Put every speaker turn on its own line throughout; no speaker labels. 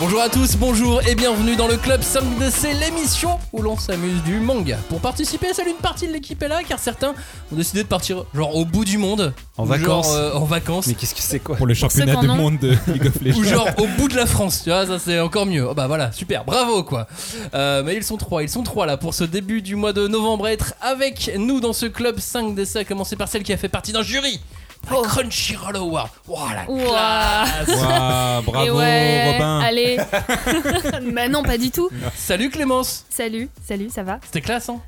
Bonjour à tous, bonjour et bienvenue dans le Club Sound. C'est l'émission où l'on s'amuse du manga. Pour participer, seule une partie de l'équipe est là car certains ont décidé de partir genre au bout du monde.
En
ou
vacances.
genre, euh, en vacances.
Mais qu'est-ce que c'est quoi
pour le
ceux
championnat
qu'en
du
ont.
monde de League of Legends.
Ou genre au bout de la France, tu vois, ça c'est encore mieux. Oh bah voilà, super, bravo quoi. Euh, mais ils sont trois, ils sont trois là pour ce début du mois de novembre à être avec nous dans ce club 5 DC, à commencer par celle qui a fait partie d'un jury. Un Crunchyroll Award. Ouah, la
Ouah.
classe.
Ouah,
Et
bravo
ouais,
Robin.
Allez. bah non, pas du tout.
Salut Clémence,
Salut, salut, ça va
c'était classe hein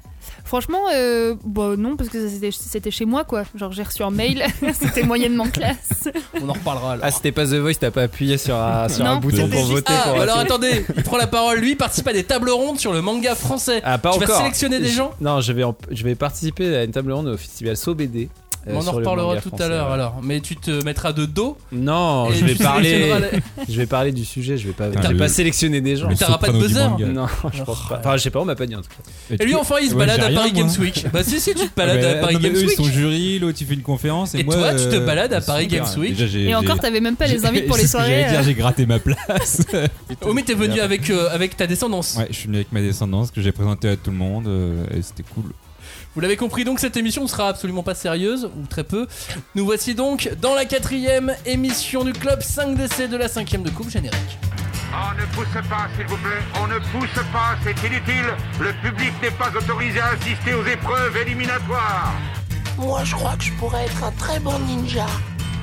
Franchement, euh, bah non, parce que ça, c'était- c'était chez moi, quoi. Genre, j'ai reçu un mail, c'était moyennement classe.
On en reparlera alors.
Ah, c'était pas The Voice, t'as pas appuyé sur un, sur un
Non,
bouton
c'était
pour
juste-
voter.
Ah,
pour
alors attendez, il prend la parole, lui, il participe à des tables rondes sur le manga français.
Ah, pas
tu vas
encore.
sélectionner des
Je-
gens
Non, je vais, en- je vais participer à une table ronde au festival SoBD. euh,
On en
sur le
reparlera
manga
tout
français,
à l'heure
ouais.
alors, mais tu te mettras de dos.
Oh,
Non,
et
je vais
tu
parler.
sélectionneras les-
Je vais parler du sujet. Je vais pas.
Putain,
je vais
le-
pas sélectionner des gens.
Mais t'auras pas de
soprano du
buzzer. hein.
manga.
Non, je pense pas. Enfin, je sais pas. On m'a pas dit en tout cas.
Et lui enfin il se
Ouais,
balade
j'ai
à
rien,
Paris
moi.
Games Week. Bah si si tu te balades
Ah,
à
mais-
Paris
non, mais
Games
eux,
Week.
Ils sont jury, l'autre il fait une conférence. Et,
Et
moi,
toi, tu te
euh,
balades à Paris
super.
Games Week.
Déjà, j'ai-
Et encore,
j'ai-
t'avais même pas les
j'ai-
invites pour
c'est
les
ce que j'allais
soirées.
hein.
dire,
euh.
j'ai gratté ma place.
Omi t'es venu avec euh, avec ta descendance.
Ouais, je suis venu avec ma descendance que j'ai présentée à tout le monde euh, et c'était cool.
Vous l'avez compris donc cette émission sera absolument pas sérieuse ou très peu. Nous voici donc dans la quatrième émission du club 5 DC de la cinquième de coupe générique.
On Ah, ne pousse pas, s'il vous plaît. On ne pousse pas, c'est inutile. Le public n'est pas autorisé à assister aux épreuves éliminatoires.
Moi, je crois que je pourrais être un très bon ninja.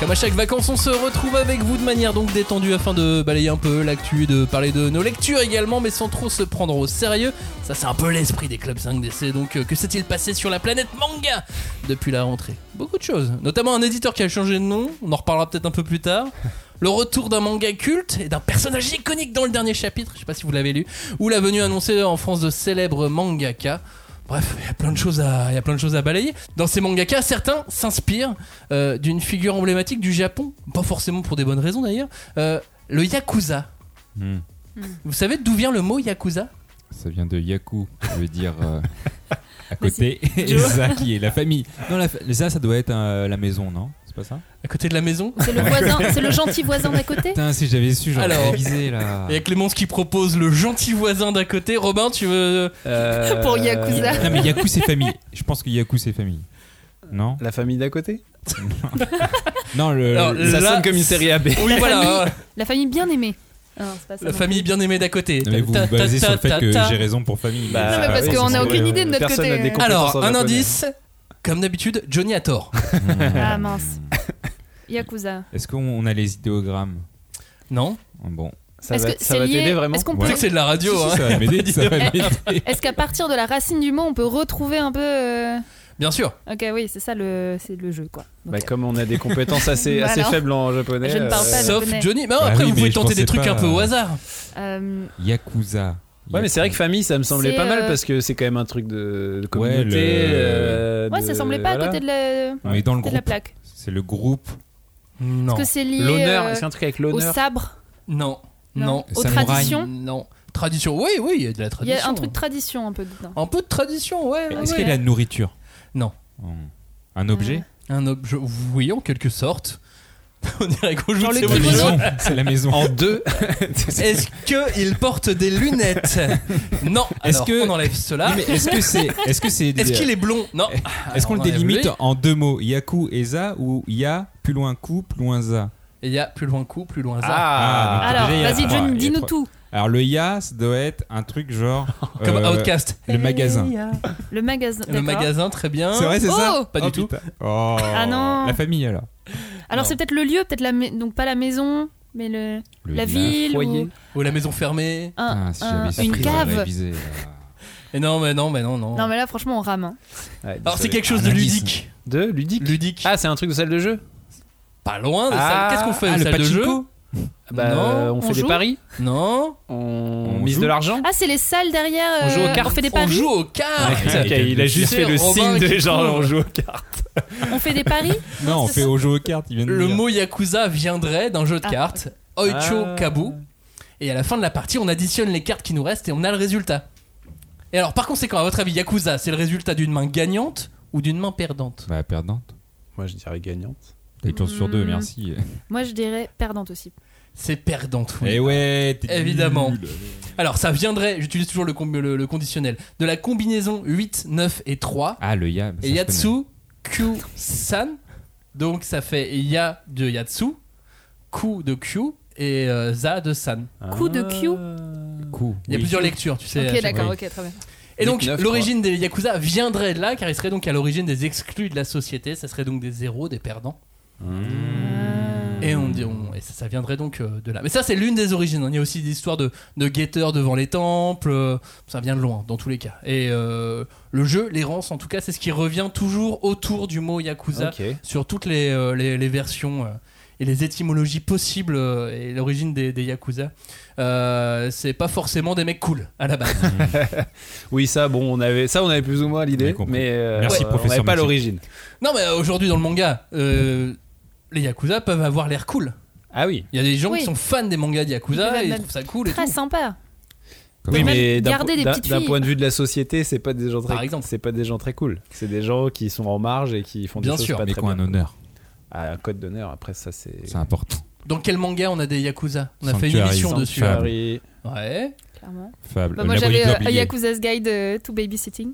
Comme à chaque vacances, on se retrouve avec vous de manière donc détendue afin de balayer un peu l'actu, de parler de nos lectures également, mais sans trop se prendre au sérieux. Ça, c'est un peu l'esprit des clubs 5DC. Donc, euh, que s'est-il passé sur la planète manga depuis la rentrée Beaucoup de choses. Notamment un éditeur qui a changé de nom. On en reparlera peut-être un peu plus tard. Le retour d'un manga culte et d'un personnage iconique dans le dernier chapitre. Je sais pas si vous l'avez lu. Ou la venue annoncée en France de célèbres mangaka. Bref, il y a plein de choses à, il y a plein de choses à balayer. Dans ces mangakas, certains s'inspirent euh, d'une figure emblématique du Japon, pas forcément pour des bonnes raisons d'ailleurs, euh, le Yakuza.
Hmm.
Vous savez d'où vient le mot Yakuza
Ça vient de Yaku, ça veut dire euh, à côté. Et ça qui est la famille. Non, la, fa- ça, ça doit être euh, la maison, non C'est pas ça
À côté de la maison
euh. C'est le voisin, c'est le gentil voisin d'à côté.
Putain, si j'avais su, j'aurais
Alors-
révisé là.
Il y a Clémence qui propose le gentil voisin d'à côté. Robin, tu veux.
Euh,
Pour Yakuza.
Non, mais Yaku, c'est famille. Je pense que Yaku, c'est famille. Non
La famille d'à côté.
Non, le.
Alors,
le-
Ça
Là,
sonne comme une série AB.
Oui, voilà, hein,
La famille bien aimée. Ah non, c'est pas ça
la
non.
famille bien aimée d'à côté.
Non, mais vous
Ta-
vous
ta-
basez
ta-
sur le fait
ta-
que
ta.
j'ai raison pour famille.
Bah,
Non, mais parce
oui,
qu'on
c'est
a
sûr.
aucune idée de notre
Personne
côté,
n'a
euh.
des compétences
Alors,
en
un
japonais.
indice, comme d'habitude, Johnny a tort.
Ah mince. Yakuza.
Est-ce qu'on a les idéogrammes Ah,
Non
Bon.
Ça
Est-ce
va,
que
ça
c'est
va t'aider
lié
vraiment
Est-ce qu'on
Tu
peut-
sais que c'est de la radio,
Si,
hein
si, ça va m'aider, ça va m'aider.
Est-ce qu'à partir de la racine du mot, on peut retrouver un peu. euh,
Bien sûr.
Ok, oui, c'est ça le, c'est le jeu, quoi.
Bah,
Ok.
comme on a des compétences assez, assez
Voilà.
faibles en japonais. euh,
Je ne parle pas.
Sauf
japonais.
Johnny. Mais non,
Bah
après,
oui,
vous
mais
pouvez
je
tenter des
pensais
trucs un
pas-
peu au hasard.
Euh,
Yakuza.
Ouais, mais c'est vrai que famille, ça me semblait
C'est,
pas mal
euh,
parce que c'est quand même un truc de, de
Ouais,
communauté.
le-
euh,
Ouais,
de-
ça semblait pas à
voilà.
côté de la,
On Ah, est dans le
côté de la
groupe.
plaque.
C'est le groupe.
Non.
Est-ce que c'est lié
L'honneur,
euh,
est-ce qu'il y a un truc avec
au
l'honneur
sabre
Non.
Non.
Non.
Aux
Samouraï.
traditions
Non. Tradition, oui, oui, il y a de la
Il y
tradition. hein.
a un truc tradition un peu dedans.
Un peu de tradition, ouais.
Ah
Est-ce
ouais.
qu'il y a de la nourriture
Non.
Hmm. Un objet
Un objet, oui, en quelque sorte. On dirait qu'on joue
Genre
de
le
ces
La
kimono.
mauvais jeux.
maison. C'est la maison.
En deux
Est-ce qu'il porte des lunettes Non.
Est-ce
alors,
que-
on enlève cela
Oui, mais est-ce que c'est. Est-ce que c'est.
Est-ce qu'il est blond Non. Ah,
Est-ce qu'on
on
le
enlève
délimite
lui.
en deux mots Yaku et za ou Ya plus loin coup, plus loin za
Il y a plus loin coup, plus loin ça.
Ah,
Ah,
Alors,
déjà, il y a
vas-y,
trois, il y
John,
a
dis-nous
trois.
tout.
Alors le Ya, ça doit être un truc genre.
Comme
euh,
Outcast.
Le magasin.
Le magasin.
Le
d'accord.
magasin, très bien.
C'est vrai, c'est
Oh
ça
Pas du tout.
putain. Oh.
Ah non.
La famille alors.
Alors,
Non.
c'est peut-être le lieu, peut-être la mai- donc pas la maison, mais le,
Le
la
village.
ville
foyer.
ou
Ou la maison fermée.
un-
Ah, si
un-
j'avais su,
une
j'aurais
cave.
révisé, là.
Et non, mais non, mais non, non.
Non, mais là, franchement, on rame. hein.
Ouais,
Alors, c'est
désolé.
quelque chose de
Un indice.
ludique.
De ludique
Ludique.
Ah, c'est un truc de salle de jeu
Pas loin de ça.
Ah,
Qu'est-ce qu'on fait
ah,
de
le
salle de jeu
pachinko
Bah,
Non,
on fait
on
des
joue.
paris,
Non
on,
joue.
mise de l'argent.
Ah, c'est les salles derrière.
On joue aux
euh,
cartes,
fait des
On
paris.
joue aux cartes
Ouais.
Ok, il a juste
C'est
fait le
Robin
signe
qui
de genre
trouve.
on joue aux cartes.
On fait des paris.
Non, on
c'est
fait
ça.
au jeu aux cartes. Il vient de
Le
dire.
mot Yakuza viendrait d'un jeu de
Ah,
cartes, Oicho
Ah.
Kabu. Et à la fin de la partie, on additionne les cartes qui nous restent et on a le résultat. Et alors, par conséquent, à votre avis, Yakuza, c'est le résultat d'une main gagnante ou d'une main perdante
Bah, perdante.
Moi je dirais gagnante.
T'as une chance sur deux, merci.
Moi, je dirais perdante aussi.
C'est perdante, oui.
Mmh. Eh ouais, t'es
Évidemment.
nul.
Alors, ça viendrait, j'utilise toujours le, com- le- le conditionnel, de la combinaison 8, 9 et 3.
Ah, le yam. ça,
et
je connais.
Yatsu, Kyu-san. Donc, ça fait Ya de Yatsu, Ku de Kyu et euh, Za de San.
Coup de Q.
Ah.
Coup.
Il y a
oui.
plusieurs lectures, tu sais. à
Ok,
chaque
d'accord, ok, très bien.
Et donc,
8-9,
l'origine des Yakuza viendrait de là, car ils seraient donc à l'origine des exclus de la société. Ça serait donc des zéros, des perdants.
Ah.
Et, on, dit- on- et ça, ça viendrait donc euh, de là. Mais ça, c'est l'une des origines. hein. Il y a aussi des histoires de, de guetteurs devant les temples. euh, Ça vient de loin, dans tous les cas. Et euh, le jeu, l'errance, en tout cas, c'est ce qui revient toujours autour du mot Yakuza
Ok.
sur toutes les, euh, les, les versions euh, et les étymologies possibles euh, et l'origine des, des Yakuza. Euh, c'est pas forcément des mecs cool, à la base.
Oui, ça, bon, on avait, ça, on avait plus ou moins
On a
l'idée,
compris.
mais euh,
Merci,
on
professeur
n'avait pas
Mathieu.
l'origine.
Non, mais aujourd'hui dans le manga, euh, les Yakuza peuvent avoir l'air cool.
Ah oui.
Il y a des gens
Oui.
qui sont fans des mangas de
Ils peuvent
Yakuza et ils
même
trouvent ça cool et
Très
tout.
sympa.
Oui,
même
mais d'un
garder
po-
des
d'un-
petites
d'un
filles.
point de vue de la société, c'est pas des gens
Par
très,
exemple.
c'est pas des gens très cool. C'est des gens qui sont en marge et qui font
Bien
des choses
sûr,
pas
Mais
très
qu'on a
bien.
un honneur.
Ah, un code d'honneur. Après, ça, c'est.
C'est important.
Dans quel manga on a des Yakuza On a fait une
Sanctuary.
émission
Sanctuary.
dessus.
Fable.
Paris.
Ouais.
Clairement.
Fable.
Bah,
La
moi,
voix du
j'avais
globe,
euh,
il y est.
Yakuza's Guide euh, to Babysitting,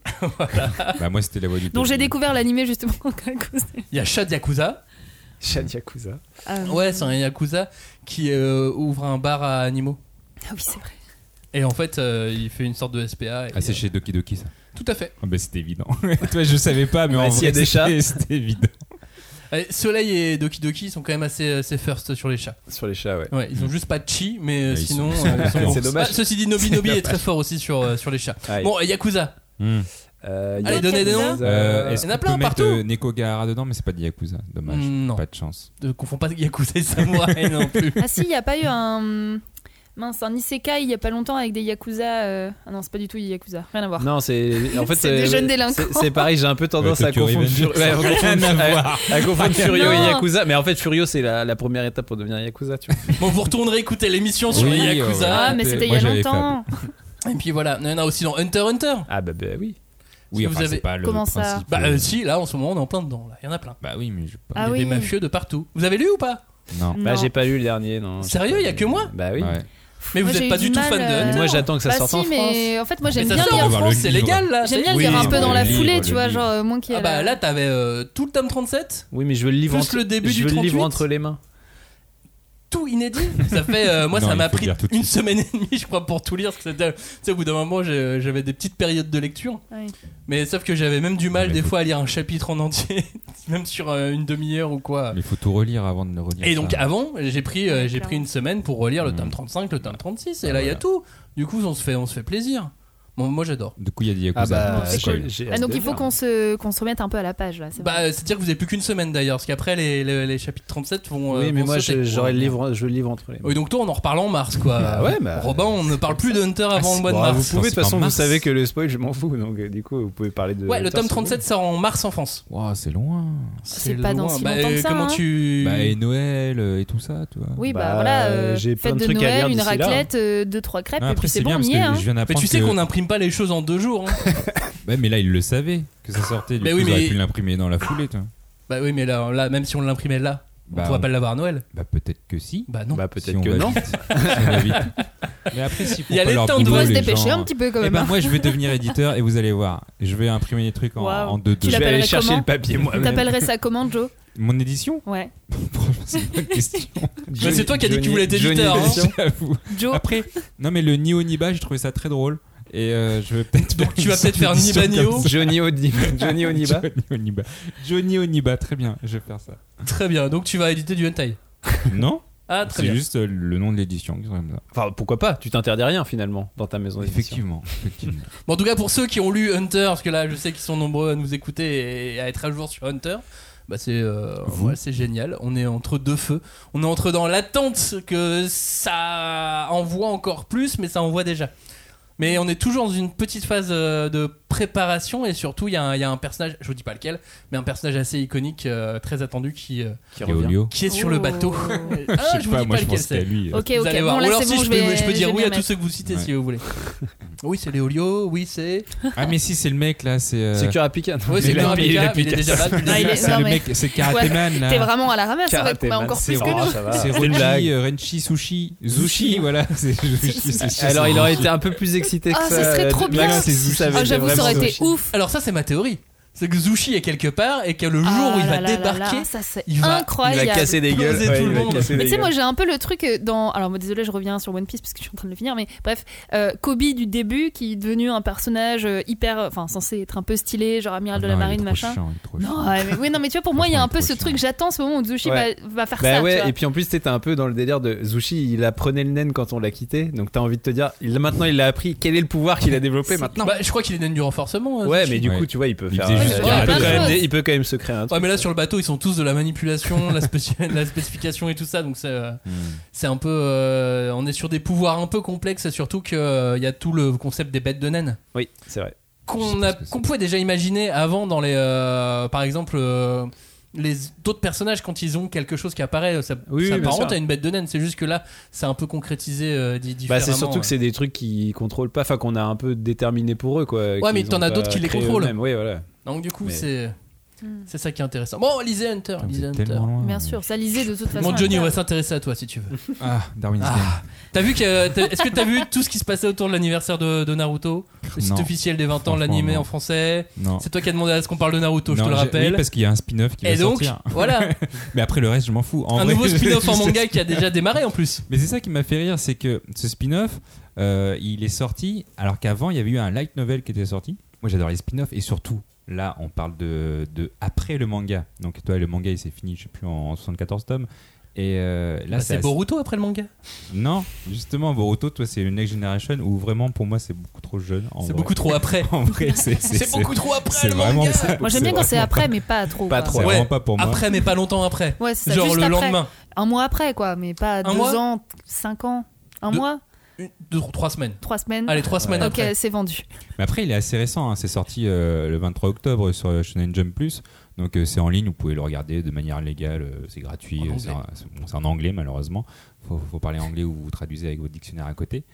Bah, moi, c'était la voix du
dont
peuple.
j'ai découvert l'animé justement à cause de-
Il y a Chat Yakuza.
Chad Yakuza.
Euh,
Ouais, c'est un Yakuza qui euh, ouvre un bar à animaux.
Ah oui, c'est vrai.
Et en fait, euh, il fait une sorte de SPA. et,
Ah, c'est
euh,
chez Doki Doki, ça.
Tout à fait.
Ah, bah, c'était évident. Toi, je savais pas, mais
Bah,
en
s'il y a
vrai,
des chats.
c'était- c'était évident.
Allez, Eh, Soleil et Doki Doki sont quand même assez, assez first sur les chats. Hmm.
Sur les chats, ouais.
Ouais, ils ont juste pas de chi, mais euh,
Ouais, ils
sinon.
sont-
euh, ils sont bons.
C'est dommage.
Ah, ceci dit, Nobi
C'est
Nobi est
dommage.
très fort aussi sur, euh, sur les chats.
Aïe.
Bon, Yakuza,
Hmm.
Hum.
Euh,
Allez, donnez des noms.
Yakuza.
Euh, Est-ce
Il y en a
qu'on peut
plein
mettre
partout.
euh, Neko Gahara dedans, mais c'est pas de Yakuza. Dommage.
Mm, non.
Pas de chance.
ne confonds pas Yakuza et Samouraï non plus.
Ah si, il n'y a pas eu un. Mince, un Isekai il n'y a pas longtemps avec des Yakuza. euh, Ah non, c'est pas du tout des Yakuza, rien à voir.
Euh, Non, c'est en fait euh,
C'est des jeunes délinquants.
c'est- C'est pareil, j'ai un peu tendance
Ouais,
à
Tokyo
confondre,
Revengers.
Furio- ouais, à confondre- à- à confondre
Ah,
Furio et
Non.
Yakuza. Mais en fait, Furio, c'est la, la première étape pour devenir Yakuza. Tu vois.
Bon, vous retournerez écouter l'émission sur
Oui,
les Yakuza.
Ah, mais
c'était-
c'était il y
moi,
a
j'avais
longtemps.
Et puis voilà, il y en a aussi dans Hunter x Hunter.
Ah bah, bah oui.
Oui,
que vous
enfin,
avez-
c'est pas le
Comment ça
principe.
Bah
euh,
euh, si, là en ce moment on est en plein dedans, là. il y en a plein.
Bah oui, mais je
Il y
pas.
Ah
a
oui.
des mafieux de partout. Vous avez lu ou pas
Non.
Bah
Non.
j'ai pas lu le dernier, non.
Sérieux,
J'ai
y a
pas
que
lu.
moi
Bah oui.
Ouais.
Mais
Moi,
vous
j'ai
n'êtes pas
eu
du
du
tout
mal,
fan
euh,
de
Mais
Hunter.
moi j'attends que ça
Bah
sorte en
si,
France.
mais en fait, moi
Mais
j'aime
ça
bien
sort
lire
en
en
voir le
France,
France.
c'est
livre.
légal là.
J'aime bien
Oui,
lire un
oui,
peu dans
le
la
livre,
foulée,
le
tu vois,
livre.
genre euh, moins qu'il y a
Ah bah
la-
là t'avais euh, tout le tome 37,
Oui, mais je veux le livre
Plus
entre
le début
je
du
veux le
38.
livre entre les mains.
tout inédit. Ça fait euh, moi
Non,
ça
il
m'a
faut le
pris
lire tout de
une
suite.
semaine et demie je crois pour tout lire parce que c'était tu sais, au bout d'un moment j'ai- j'avais des petites périodes de lecture.
Ouais.
Mais sauf que j'avais même du mal
Ah, mais
des
faut-
fois à lire un chapitre en entier, même sur euh, une demi-heure ou quoi.
Mais faut tout relire avant de le relire.
Et donc
ça.
avant, j'ai pris, euh,
Ouais,
j'ai
clairement.
pris une semaine pour relire le
Mm.
tome 35, le tome 36, et
Ah,
là il y a
voilà.
tout. Du coup, on se fait, on se fait plaisir. Bon, moi j'adore.
Du coup, il y a des Yakuza.
bah, c'est
cool.
Ah, donc il faut qu'on se, qu'on se remette un peu à la page là. c'est vrai.
Bah, c'est-à-dire que vous avez plus qu'une semaine d'ailleurs, parce qu'après les, les, les chapitres 37 vont. euh,
Oui, mais
vont
moi
sauter.
je- j'aurais le livre, je veux le livre entre les mains.
Oui, donc toi on en reparle en mars quoi.
Bah ouais,
Euh,
bah,
Robin, on ne parle plus de Hunter
Ah,
avant le mois de
Bon, Vous
mars.
pouvez de
C'est
toute
en
façon, vous
mars.
savez que le spoil, je m'en fous, donc euh, du coup vous pouvez parler de.
euh,
Ouais, le tome
Hunter,
37 sort en mars en France.
Ouah, c'est loin.
C'est pas dans
loin.
si
Bah,
longtemps que ça,
Comment
hein.
tu.
Bah, et Noël euh, et tout ça, tu vois.
Oui, bah,
bah,
voilà, euh,
j'ai plein
fête
de
de,
trucs à lire
Noël, une
d'ici là.
raclette, euh, deux, trois crêpes,
Non,
et puis
Ah, après,
c'est
c'est
bon,
bien
on
parce
y est.
que
hein.
je viens
Mais
d'apprendre.
tu sais
que-
qu'on n'imprime pas les choses en deux jours. hein.
Ouais, mais là, ils le savaient que ça sortait. Du
Mais
coup,
oui,
ils auraient
mais-
pu l'imprimer dans la foulée, tu vois.
bah oui, mais là, là, même si on l'imprimait là, on
Bah,
pourrait
on-
pas l'avoir à Noël.
Bah, peut-être que si.
Bah non.
Bah
Si
peut-être
on
que
va
non.
vite. Si on va vite. Mais après, s'il faut
Il y a
pas
les
leur
temps de
Il
bibeler
faut se
les
dépêcher
gens-
un petit peu quand
Eh
même.
ben
hein.
moi je vais devenir éditeur et vous allez voir, je vais imprimer les trucs en,
Waouh.
en deux,
Tu
deux.
Je vais
l'appellerais
aller chercher
comment
le papier moi.
T'appellerais ça comment, Joe
Mon édition
Ouais.
Franchement, c'est une bonne question.
Bah, c'est toi qui as dit que tu voulais être
Johnny-
éditeur,
Johnny
hein.
Depp.
J'avoue.
Joe.
Après, non mais le Nio Niba, j'ai trouvé ça très drôle et euh, je vais peut-être faire
tu
une
vas peut-être
sorte
faire
d'édition
Niba Nio.
comme ça.
Johnny Oniba. Johnny Oniba.
Johnny Oniba. Johnny Oniba, très bien, je vais faire ça.
Très bien. Donc tu vas éditer du hentai.
Non,
Ah très
c'est
bien.
juste euh, le nom de l'édition qui serait comme ça.
Enfin pourquoi pas Tu t'interdis rien finalement dans ta maison d'édition.
Effectivement, effectivement.
Bon, en tout cas, pour ceux qui ont lu Hunter, parce que là, je sais qu'ils sont nombreux à nous écouter et à être à jour sur Hunter, bah c'est euh,
Vous.
ouais, c'est génial. On est entre deux feux. On est entre dans l'attente que ça envoie encore plus, mais ça envoie déjà. Mais on est toujours dans une petite phase euh, de préparation et surtout il y, a un- il y a un personnage, je vous dis pas lequel, mais un personnage assez iconique, euh, très attendu qui, euh,
Qui
Et Olio
qui est sur le
Oh.
bateau. Ah, je
Je sais
vous
pas,
dis
moi
pas
je
lequel
pense qu'à
c'est.
lui. euh,
Ok,
Vous
ok.
allez
Bon,
voir. Ou
là,
alors
c'est
si
bon,
je,
je
peux,
vais-
je peux dire
vais
oui
m'y
à tous
remettre.
ceux que vous citez
Ouais.
si vous voulez. Oui, c'est Léolio, oui, c'est.
Ah, mais si, c'est le mec là, c'est. euh,
C'est Kurapika. non
Oui, c'est
il a payé
Kurapika,
la
mais il est déjà là depuis le
Ah, il
début.
est-
C'est
non,
le
mais-
mec, c'est Karateman
T'es
là.
vraiment à la ramasse, ça va être-
Karaté
mais
Man,
Bah, encore
c'est
plus que
bon,
nous.
ça va.
C'est
Ah, C'est une blague.
Renchi, euh, Renchi Sushi. Zushi, voilà. c'est- c'est-
Alors il aurait été un peu plus excité que
Ah,
ça.
ce serait
euh,
trop
Max,
bien.
si ça avait
Ah,
été
J'avoue, ça
vraiment
aurait été
Zushi.
ouf.
Alors ça, c'est ma théorie. C'est que Zushi est quelque part et que le jour
Ah
où il va
là là là
débarquer,
là, ça c'est
il va-
incroyable.
Il va casser des gueules.
Exploser tout
Ouais,
le
il va
monde.
casser des
Mais tu sais, moi
gueules.
j'ai un peu le truc euh, dans. Alors, moi, désolé, je reviens sur One Piece parce que je suis en train de le finir, mais bref, euh, Kobe du début qui est devenu un personnage euh, hyper. Enfin, censé être un peu stylé, genre amiral de la
Ah, Non, il est
marine,
trop
machin.
chiant, il est trop chiant.
Non, ouais, mais, oui, non, mais tu vois, pour moi, il y a un peu ce truc, j'attends ce moment où Zushi
Ouais.
va, va faire
Bah
ça. tu
ouais,
vois.
et puis en plus, t'étais un peu dans le délire de Zushi, il apprenait le nen quand on l'a quitté, donc t'as envie de te dire, il, maintenant il l'a appris, quel est le pouvoir qu'il a développé maintenant
Bah, je crois qu'il est naine du renforcement. euh,
Ouais,
Zushi.
mais du
Ouais.
coup, tu vois, il peut
Il
faire.
faisait juste
il,
du
peut
karaté.
quand
Ouais.
même, dé- il peut quand même se créer un truc.
Ouais, mais là sur le bateau, ils sont tous de la manipulation, la, spéci- la spécification et tout ça. Donc c'est, euh, c'est un peu, euh, on est sur des pouvoirs un peu complexes, et surtout qu'il y a tout le concept des bêtes de naine.
Oui, c'est vrai.
Je sais
qu'on
pas
a-
ce que c'est.
qu'on pouvait déjà imaginer avant dans les euh, par exemple euh, les d'autres personnages quand ils ont quelque chose qui apparaît ça, ça
Oui, oui, bien
apparente
sûr.
à une bête de naine c'est juste que là c'est un peu concrétisé euh, di-
Bah,
différemment
c'est surtout que c'est des trucs qu'ils contrôlent pas, enfin qu'on a un peu déterminé pour eux, quoi. qu'ils
mais t'en
ont
as
pas
d'autres qui les
créé
contrôlent.
eux-mêmes. Oui, voilà.
donc du coup
Mais-
c'est
Hmm.
c'est ça qui est intéressant bon lisez Hunter
Putain,
lisez
Ah, c'est
Hunter
tellement loin.
Bien sûr, ça lisait de toute façon.
mon
à
Johnny on
terme.
va s'intéresser à toi si tu veux
Ah, Darwin's
Ah. t'as vu que euh, t'as- est-ce que t'as vu tout ce qui se passait autour de l'anniversaire de, de Naruto le site
Non.
officiel des 20 ans de
Franchement,
l'animé
non.
en français
Game. Non.
c'est toi qui as demandé à ce qu'on parle de Naruto je
Non,
te le
j'ai-
rappelle
Oui, parce qu'il y a un spin-off qui
et
va
donc
sortir.
voilà
Mais après, le reste, je m'en fous. En
un
vrai,
nouveau
je-
spin-off en
je sais
manga qui a déjà démarré en plus
Mais c'est ça qui m'a fait rire, c'est que ce spin-off, euh, il est sorti alors qu'avant il y avait eu un light novel qui était sorti. Moi j'adore les spin-offs et surtout là on parle de, de après le manga. Donc toi le manga il s'est fini je sais plus en 74 tomes. Et euh, là
Bah, c'est
assez-
Boruto après le manga
Non, justement Boruto toi c'est une next generation où vraiment pour moi c'est beaucoup trop jeune. en
c'est
vrai.
beaucoup trop après
En vrai c'est c'est-
C'est beaucoup trop après.
c'est
le
vraiment
manga.
ça.
Moi j'aime bien quand c'est
vraiment
après, mais pas trop.
Pas
quoi.
pas-
trop.
C'est
Ouais,
vraiment pas pour moi.
Après, mais pas longtemps après.
Ouais, c'est ça,
Genre
juste
le
après.
lendemain,
Un mois après, quoi, mais pas deux
mois
ans, cinq ans, un
Deux-
mois,
une, deux, trois semaines.
trois semaines.
Allez, trois semaines
Ouais.
ok,
après.
c'est vendu.
Mais après, il est assez récent. hein. C'est sorti euh, le 23 octobre sur euh, Shonen Jump Plus. Donc euh, c'est en ligne, vous pouvez le regarder de manière légale, euh, c'est gratuit,
En
euh, c'est en, c'est- bon, c'est en anglais malheureusement, faut, faut parler anglais ou vous traduisez avec votre dictionnaire à côté.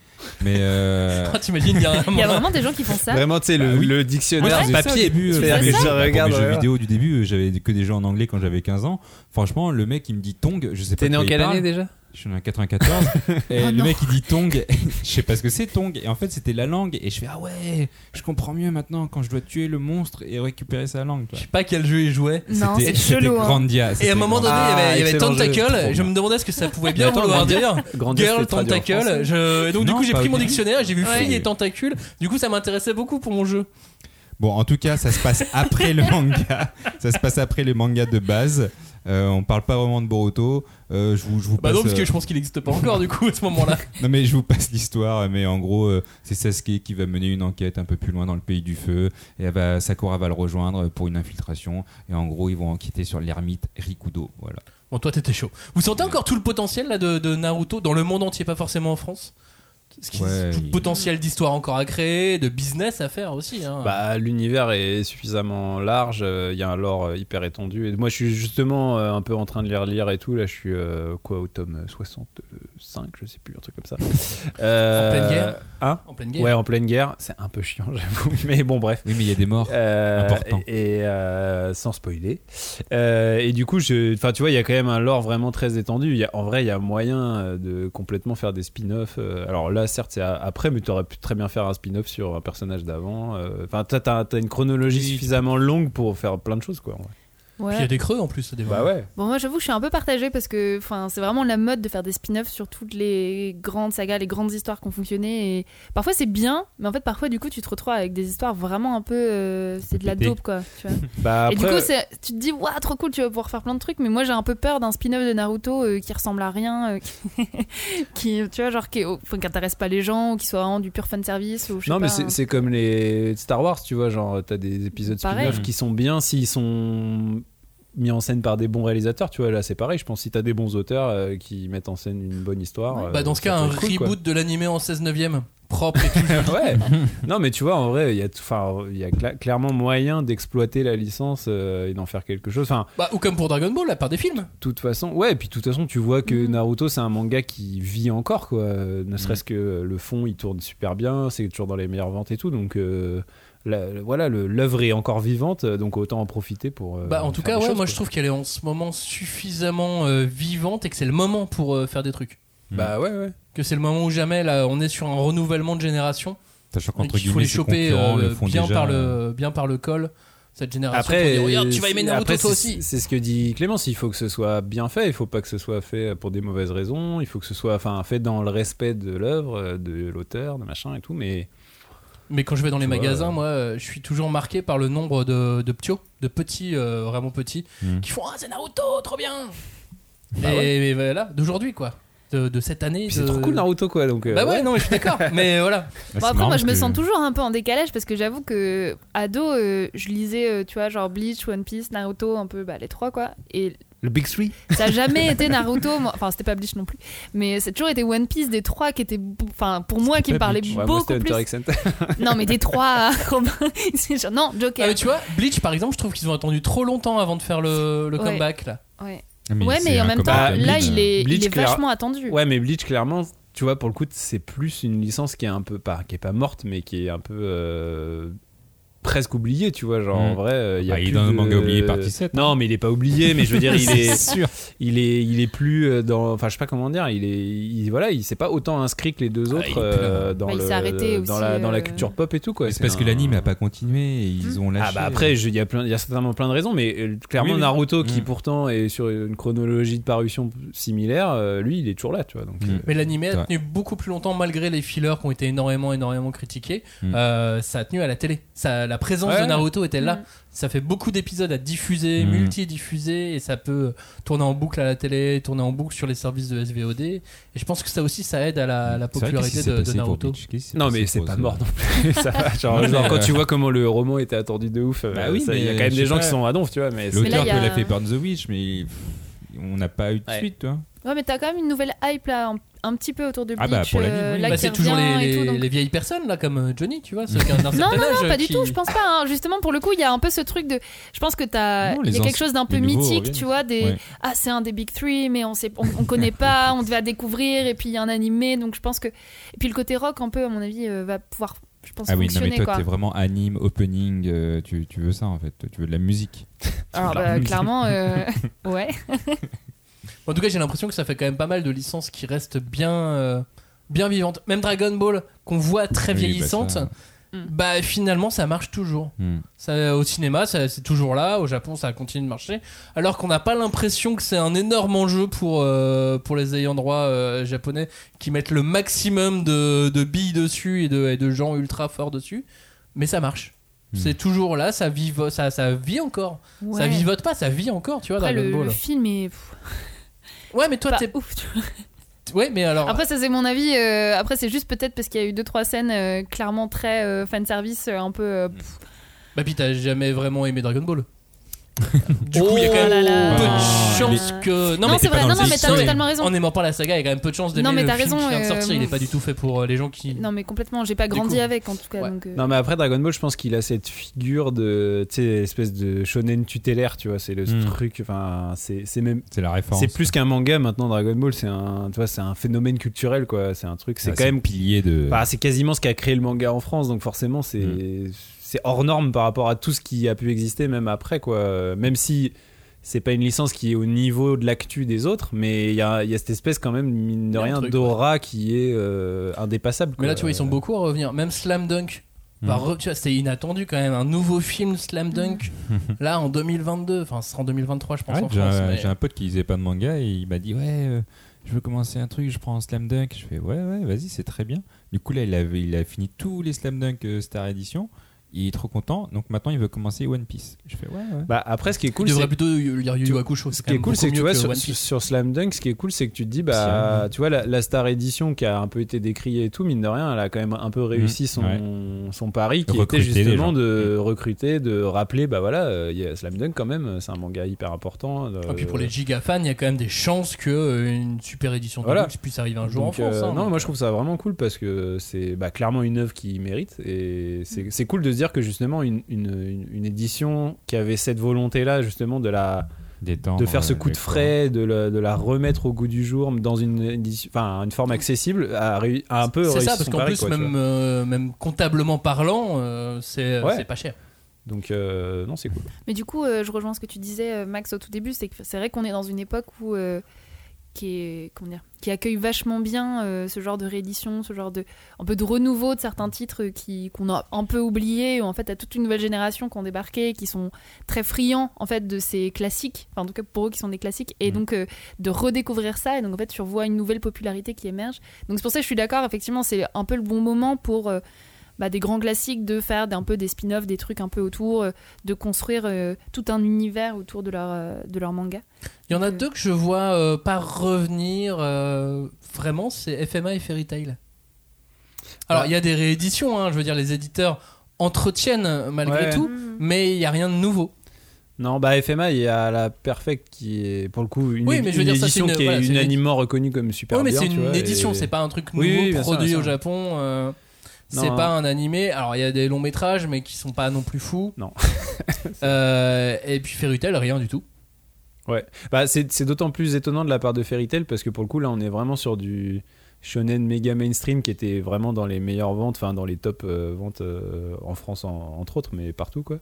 Mais euh,
Ah, T'imagines, il y a un
Il y a
moment-
vraiment des gens qui font ça.
Vraiment, tu sais, le,
Bah oui.
le
moi,
dictionnaire
je faisais ça au
papier.
début, euh,
c'est
pour mes
mais
jeux-
je regarde.
pour mes jeux
ouais.
vidéo du début, euh, j'avais que des jeux en anglais quand j'avais 15 ans. Franchement, le mec il me dit Tong, je sais pas.
T'es né
de
en
quoi il
quelle
parle.
année déjà
Je suis né en 94. et
Oh
le
non.
mec il dit Tong, je sais pas ce que c'est Tong. Et en fait c'était la langue. Et je fais ah ouais, je comprends mieux maintenant quand je dois tuer le monstre et récupérer sa langue.
Je
tu vois.
sais pas quel jeu il jouait.
Non,
C'était-
c'est
c'était
chelou. hein.
Grandia.
Et
c'était
à un moment donné,
Ah,
il y avait- il y avait,
excellent jeu.
Tentacle.
Trop
Je
bien.
me demandais ce que ça pouvait bien
Mais attends,
vouloir
Grandia-
dire.
Grandia,
Girl,
c'est traduit en français.
Tentacle. Je- Et donc, du
Non,
coup, j'ai
pas
pris
au
mon
début.
dictionnaire, j'ai vu
Ouais.
fille et tentacule. Du coup, ça m'intéressait beaucoup pour mon jeu.
Bon, en tout cas, ça se passe après le manga. Ça se passe après les mangas de base. Euh, on parle pas vraiment de Boruto. Euh, je vous, je vous
Bah
passe,
non, parce
euh,
que je pense qu'il n'existe pas encore, du coup, à ce moment-là.
non, mais je vous passe l'histoire. Mais en gros, euh, c'est Sasuke qui va mener une enquête un peu plus loin dans le pays du feu. Et elle va, Sakura va le rejoindre pour une infiltration. Et en gros, ils vont enquêter sur l'ermite Rikudo. Voilà.
Bon, toi, t'étais chaud. Vous sentez encore tout le potentiel là, de, de Naruto dans le monde entier, pas forcément en France ce qui,
Ouais,
tout le
il-
potentiel d'histoire encore à créer, de business à faire aussi. hein.
Bah, l'univers est suffisamment large, euh, il y a un lore euh, hyper étendu. Et moi, je suis justement euh, un peu en train de les relire et tout. Là, je suis euh, quoi, au tome 65, je sais plus, un truc comme ça. Euh,
En pleine guerre
Hein
en pleine guerre.
Ouais, en pleine guerre. C'est un peu chiant, j'avoue. Mais bon, bref.
Oui, mais il y a des morts.
Euh,
Important.
Et euh, sans spoiler. Euh, et du coup, je, enfin, tu vois, il y a quand même un lore vraiment très étendu. Il Y a, en vrai, il y a moyen euh, de complètement faire des spin-offs. euh, alors là, certes, c'est à- après, mais tu aurais pu très bien faire un spin-off sur un personnage d'avant. euh, Enfin, toi, t'as as une chronologie
Oui.
suffisamment longue pour faire plein de choses, quoi. en vrai.
Ouais.
Puis il y a des creux en plus, des
Bah ouais.
Bon, moi j'avoue, je suis un peu partagée parce que enfin, c'est vraiment la mode de faire des spin-offs sur toutes les grandes sagas, les grandes histoires qui ont fonctionné. Et parfois c'est bien, mais en fait, parfois du coup, tu te retrouves avec des histoires vraiment un peu. euh, c'est de la
Pété.
dope quoi. Tu vois.
Bah,
Et du coup,
après,
c'est- tu te dis, waouh, trop cool, tu vas pouvoir faire plein de trucs. Mais moi j'ai un peu peur d'un spin-off de Naruto euh, qui ressemble à rien, euh, qui, tu vois, genre qui est- enfin, qui intéresse pas les gens, ou qui soit vraiment du pur fan service. Ou, je sais
non, mais
pas. hein.
c'est c'est comme les Star Wars, tu vois. Genre, t'as des épisodes
Pareil.
spin-off qui sont bien s'ils sont mis en scène par des bons réalisateurs, tu vois, là c'est pareil, je pense si t'as des bons auteurs euh, qui mettent en scène une bonne histoire. euh,
Bah, dans ce
ça
cas,
peut
un
être cool, quoi.
reboot de l'animé en 16 neuvième. Propre et tout.
ouais. Non, mais tu vois, en vrai, il y a, tout- enfin, il y a cla- clairement moyen d'exploiter la licence euh, et d'en faire quelque chose. Enfin,
bah, ou comme pour Dragon Ball, la part des films.
de toute façon, ouais, et puis de toute façon, tu vois que
Mhm.
Naruto, c'est un manga qui vit encore, quoi. Euh,
Mm.
Ne serait-ce que euh, le fond, il tourne super bien, c'est toujours dans les meilleures ventes et tout, donc. euh, la- voilà, le- l'œuvre est encore vivante, euh, donc autant en profiter pour. euh,
Bah, en tout
faire
cas, ouais,
des choses,
moi
quoi.
je trouve qu'elle est en ce moment suffisamment euh, vivante et que c'est le moment pour euh, faire des trucs.
Bah ouais, ouais.
Que c'est le moment où jamais, là, on est sur un renouvellement de génération.
Sachant
et
qu'entre
qu'il faut
guillemets,
les
ses
choper
concurrents
euh,
le font
bien,
déjà,
par
euh,
le, bien par le col, cette génération. pour
Après,
dire, oh, regarde,
euh,
tu vas aimer
c'est-
Naruto
après,
toi
c'est-
aussi.
C'est ce que dit Clémence. Il faut que ce soit bien fait. Il faut pas que ce soit fait pour des mauvaises raisons. Il faut que ce soit, enfin, fait dans le respect de l'œuvre, euh, de l'auteur, de machin et tout. Mais
Mais quand je vais dans les
Tu vois,
magasins,
euh,
moi, euh, je suis toujours marqué par le nombre de, de ptios, de petits, euh, vraiment petits,
Mm.
qui font Ah, c'est Naruto, trop bien
Hmm. Bah
Et mais voilà, d'aujourd'hui, quoi. De, de cette année.
puis c'est
de-
trop cool Naruto, quoi. Donc, euh,
Bah ouais,
ouais.
non, mais je suis d'accord. mais voilà.
bah,
Bon,
c'est
après,
marrant
moi, je me
parce
sens
que-
toujours un peu en décalage parce que j'avoue que, ado, euh, je lisais, euh, tu vois, genre Bleach, One Piece, Naruto, un peu, bah, les trois, quoi. Et
le Big Three.
ça a jamais été Naruto, moi- enfin, c'était pas Bleach non plus. Mais c'est toujours été One Piece des trois qui étaient, bou- enfin, pour moi, qui me parlait
Ouais, moi,
beaucoup
c'était Hunter
plus.
x Hunter.
Non, mais des trois, Robin. c'est genre- non,
Ah,
Joker.
mais tu vois, Bleach, par exemple, je trouve qu'ils ont attendu trop longtemps avant de faire le, le
Ouais.
comeback, là.
Ouais,
Mais
ouais
c'est
mais en
un
même temps,
comeback.
commandant,
là,
Bleach,
il est, il
Bleach,
est
Clara-
vachement attendu.
Ouais, mais Bleach, clairement, tu vois, pour le coup, c'est plus une licence qui est un peu pas, qui est pas morte, mais qui est un peu euh, presque oubliée, tu vois. Genre,
Mm.
en vrai, euh, il y a
Ah, il est
plus
dans le
de-
manga oublié partie 7,
Non, mais il est pas oublié, mais je veux dire, il est.
C'est sûr.
il est il est plus euh, dans enfin je sais pas comment dire il est il, voilà il s'est pas autant inscrit que les deux autres
Ah, il est plus là.
euh, dans
Bah, il
le
s'est arrêté
dans
aussi,
la dans la
euh,
culture pop et tout quoi
C'est parce que
un-
l'anime a pas continué et ils ont lâché. euh,
ah bah après je- il y a plein il y a certainement plein de raisons mais euh, clairement
Oui, oui.
Naruto qui
Mm.
pourtant est sur une chronologie de parution similaire euh, lui il est toujours là tu vois donc
Mm.
euh,
Mais l'animé
C'est
a
vrai.
tenu beaucoup plus longtemps malgré les fillers qui ont été énormément énormément critiqués.
Mm.
Euh, ça a tenu à la télé. Ça, la présence
Ouais.
de Naruto était là.
Mm.
Ça fait beaucoup d'épisodes à diffuser,
Mm.
multi-diffuser, et ça peut tourner en boucle à la télé, tourner en boucle sur les services de SVOD. Et je pense que ça aussi, ça aide à la, à la
Mm. C'est vrai,
popularité
qu'est-ce qui s'est
de, de
passé pour
Naruto.
Bleach Qu'est-ce qui s'est
non
passé
mais c'est
pour
pas
ce-
mort non plus ça va genre,
Non,
genre,
mais,
quand
euh,
tu vois comment le roman était attendu de ouf euh,
Bah oui,
ça, il y a
mais
quand même
je
des
sais
gens
pas.
qui sont à donf tu vois mais c'est-
Mais là,
L'auteur
il y a-
que l'a fait Burn the Witch, mais pff, on n'a pas eu de
Ouais.
suite, hein. toi.
Ouais, mais t'as quand même une nouvelle hype là, un, un petit peu autour de
Ah
Bleach. euh,
bah, pour l'anime, oui.
là,
Bah,
qui
c'est toujours les,
revient et
les-
tout, donc-
les vieilles personnes, là, comme euh, Johnny, tu vois, ceux qui ont un certain
Non, non,
âge,
Non, pas du
qui-
tout, je pense pas. hein. Justement, pour le coup, il y a un peu ce truc de. Je pense que t'as.
Non, les
Il y a
ans-
quelque chose d'un peu
les nouveaux
mythique,
reviennent.
tu vois. Des...
Ouais.
Ah, c'est un des Big Three, mais on sait, on, on connaît pas, on devait découvrir, et puis il y a un animé, donc je pense que. Et puis le côté rock, un peu, à mon avis, euh, va pouvoir, je pense,
Ah oui, non,
fonctionner,
mais toi,
quoi.
t'es vraiment anime, opening, euh, tu, tu veux ça en fait, tu veux de la musique.
Alors,
Clairement.
bah, clairement, euh, ouais.
En tout cas, j'ai l'impression que ça fait quand même pas mal de licences qui restent bien, euh, bien vivantes. Même Dragon Ball, qu'on voit très
Oui, bah,
vieillissante, bah,
ça-
Mm.
finalement, ça marche toujours.
Hmm.
Ça, au cinéma, ça- c'est toujours là. Au Japon, ça continue de marcher. Alors qu'on n'a pas l'impression que c'est un énorme enjeu pour, euh, pour les ayants droit euh, japonais qui mettent le maximum de, de billes dessus et de, et de gens ultra forts dessus. Mais ça marche.
Mm.
C'est toujours là, ça, vive, ça, ça vit encore. Ça
Ouais.
vivote pas, ça vit encore, tu vois,
Après, le,
Dragon
le
Ball.
film est pff,
Ouais, mais toi,
pas
t'es.
ouf, tu vois.
Ouais, mais alors.
Après, ça c'est mon avis. euh, après, c'est juste peut-être parce qu'il y a eu deux trois scènes euh, clairement très euh, fan service, un peu. euh, pff,
Bah puis t'as jamais vraiment aimé Dragon Ball. du coup, il y a quand même
Oh là là.
peu de
Ah,
chances
mais-
que.
Non, c'est
t'es pas
vrai.
dans le
Non, non, mais
système.
t'as totalement raison.
En aimant pas la saga, il y a quand même peu de chances d'aimer
Non, mais
le
t'as
film qui
raison,
vient de sortir.
euh,
Il est pas du tout fait pour euh, les gens qui.
Non, mais complètement. J'ai pas grandi
Découvre.
avec, en tout cas.
Ouais.
Donc, euh,
Non mais après Dragon Ball, je pense qu'il a cette figure de, tu sais, espèce de shonen tutélaire, tu vois, c'est le
Mm.
truc, enfin, c'est c'est même,
C'est la référence.
c'est plus qu'un manga maintenant Dragon Ball, c'est un, tu vois, c'est un phénomène culturel quoi, c'est un truc, c'est
Ah,
quand même,
le pilier de.
bah, c'est quasiment ce qui a créé le manga en France, donc forcément c'est c'est hors norme par rapport à tout ce qui a pu exister même après quoi, même si c'est pas une licence qui est au niveau de l'actu des autres, mais il y a, il y a cette espèce quand même
Il
mine
y
de
a un
rien
truc,
d'aura qui est euh, indépassable.
Mais là,
quoi.
tu vois, ils sont beaucoup à revenir. Même Slam Dunk. Bah,
Mm.
re- tu vois, c'était inattendu quand même. Un nouveau film Slam Dunk. là, en 2022. Enfin, ce sera en 2023, je pense,
Ouais,
en
j'ai,
France.
un,
mais-
j'ai un pote qui lisait pas de manga et il m'a dit ouais euh, je veux commencer un truc je prends un slam dunk je fais ouais ouais vas-y c'est très bien du coup là il, avait, il a fini tous les slam dunk euh, star edition Il est trop content, donc maintenant il veut commencer One Piece. Je fais ouais, ouais.
Bah, après, ce qui est
Il
cool,
devrait
c'est
plutôt lire Yu Yu
tu-
Hakusho.
ce qui est cool, c'est que tu vois, sur,
One Piece.
sur Slam Dunk, ce qui est cool, c'est que tu te dis, bah, tu vois, la, la Star Edition qui a un peu été décriée et tout, mine de rien, elle a quand même un peu réussi
Mmh,
Mhm,
son, son pari
De
qui était
recruter des
justement
gens.
de recruter, de rappeler, bah voilà, euh, il y a Slam Dunk quand même, c'est un manga hyper important. euh,
Et Ah, puis pour les giga fans, il y a quand même des chances que euh, une super édition de
Voilà.
Deluxe puisse arriver un jour
Donc,
en France.
euh,
hein.
non, moi je trouve ça vraiment cool parce que c'est bah, clairement une œuvre qui mérite et c'est c'est cool de se dire que justement une, une, une- une édition qui avait cette volonté là justement de la
Détendre,
de faire ce
euh,
coup de
les
frais, de la, de la remettre au goût du jour dans une édition- enfin une forme accessible a, réu- a un peu
C'est
réussi
ça, parce
son
qu'en
pari,
plus,
quoi, tu
même,
vois.
euh, même comptablement parlant, euh, c'est
Ouais.
c'est pas cher.
donc euh, non c'est cool.
Mais du coup, euh, je rejoins ce que tu disais, euh, Max, au tout début, c'est que c'est vrai qu'on est dans une époque où euh, qui est comment dire, qui accueille vachement bien euh, ce genre de réédition, ce genre de un peu de renouveau de certains titres qui qu'on a un peu oubliés. où, En fait, à toute une nouvelle génération qui ont débarqué, qui sont très friands en fait de ces classiques, enfin en tout cas pour eux qui sont des classiques, et
Mhm.
donc euh, de redécouvrir ça. Et donc en fait, tu revois une nouvelle popularité qui émerge. Donc c'est pour ça que je suis d'accord. Effectivement, c'est un peu le bon moment pour euh, bah, des grands classiques de faire des- un peu des spin-offs, des trucs un peu autour, euh, de construire euh, tout un univers autour de leur euh, de leur manga.
Il y en a
Euh.
deux que je vois euh, pas revenir euh, vraiment, c'est FMA et Fairy Tail. Alors,
Bah.
il y a des rééditions, hein, je veux dire, les éditeurs entretiennent euh, malgré
Ouais.
tout, mais il n'y a rien de nouveau.
Non bah FMA il y a la Perfect qui est pour le coup une,
Oui, mais je veux
une
dire, ça, c'est
édition
une-
qui est
voilà, c'est une-
unanimement reconnue comme super
Oui, mais
bien,
c'est
tu
une
vois,
édition,
et-
c'est pas un truc
Oui,
nouveau
oui, bien sûr,
produit
bien
au
sûr.
Japon. euh,
Non,
c'est
hein.
pas un animé. Alors, il y a des longs métrages, mais qui sont pas non plus fous.
Non.
Euh, et puis Fairy Tail, rien du tout.
Bah, c'est c'est d'autant plus étonnant de la part de Fairy Tail parce que pour le coup, là, on est vraiment sur du shonen méga mainstream qui était vraiment dans les meilleures ventes, enfin dans les top euh, ventes euh, en France en- entre autres, mais partout quoi.